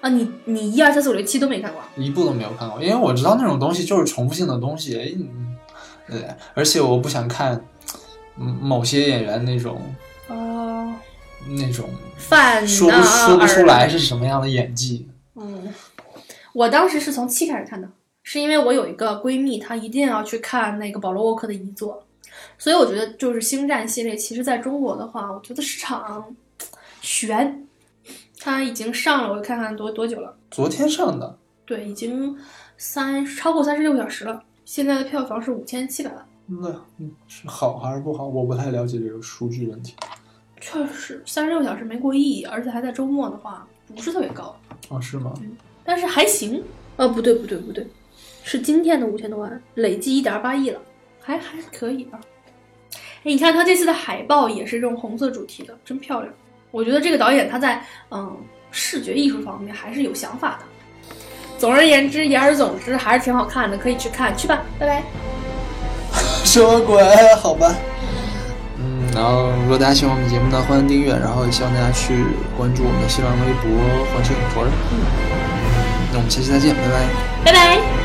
[SPEAKER 2] 啊，你你一二三四五六七都没看过啊？
[SPEAKER 1] 一部都没有看过，因为我知道那种东西就是重复性的东西，哎嗯对，而且我不想看嗯某些演员那种
[SPEAKER 2] 哦，
[SPEAKER 1] 那种
[SPEAKER 2] 范
[SPEAKER 1] 说
[SPEAKER 2] 啊
[SPEAKER 1] 不说不出。
[SPEAKER 2] 尔
[SPEAKER 1] 来是什么样的演技。
[SPEAKER 2] 嗯，我当时是从七开始看的，是因为我有一个闺蜜，她一定要去看那个保罗沃克的遗作，所以我觉得就是《星战》系列，其实在中国的话，我觉得市场悬，它已经上了，我看看多多久了。
[SPEAKER 1] 昨天上的，
[SPEAKER 2] 对，已经三超过三十六小时了。现在的票房是五千七百万，
[SPEAKER 1] 那嗯是好还是不好？我不太了解这个数据问题。
[SPEAKER 2] 确实三十六小时没过亿，而且还在周末的话不是特别高，
[SPEAKER 1] 哦，是吗？
[SPEAKER 2] 但是还行。呃，不对不对不对，是今天的五千多万，累计一点八亿了，还还可以吧。哎，你看他这次的海报也是这种红色主题的，真漂亮。我觉得这个导演他在嗯视觉艺术方面还是有想法的。总而言之，言而总之还是挺好看的，可以去看去吧，拜拜。
[SPEAKER 1] 什么鬼？好吧。嗯，然后如果大家喜欢我们节目呢，欢迎订阅，然后也希望大家去关注我们的新浪微博“环球影屯”。嗯，那我们下期再见，拜拜。
[SPEAKER 2] 拜拜。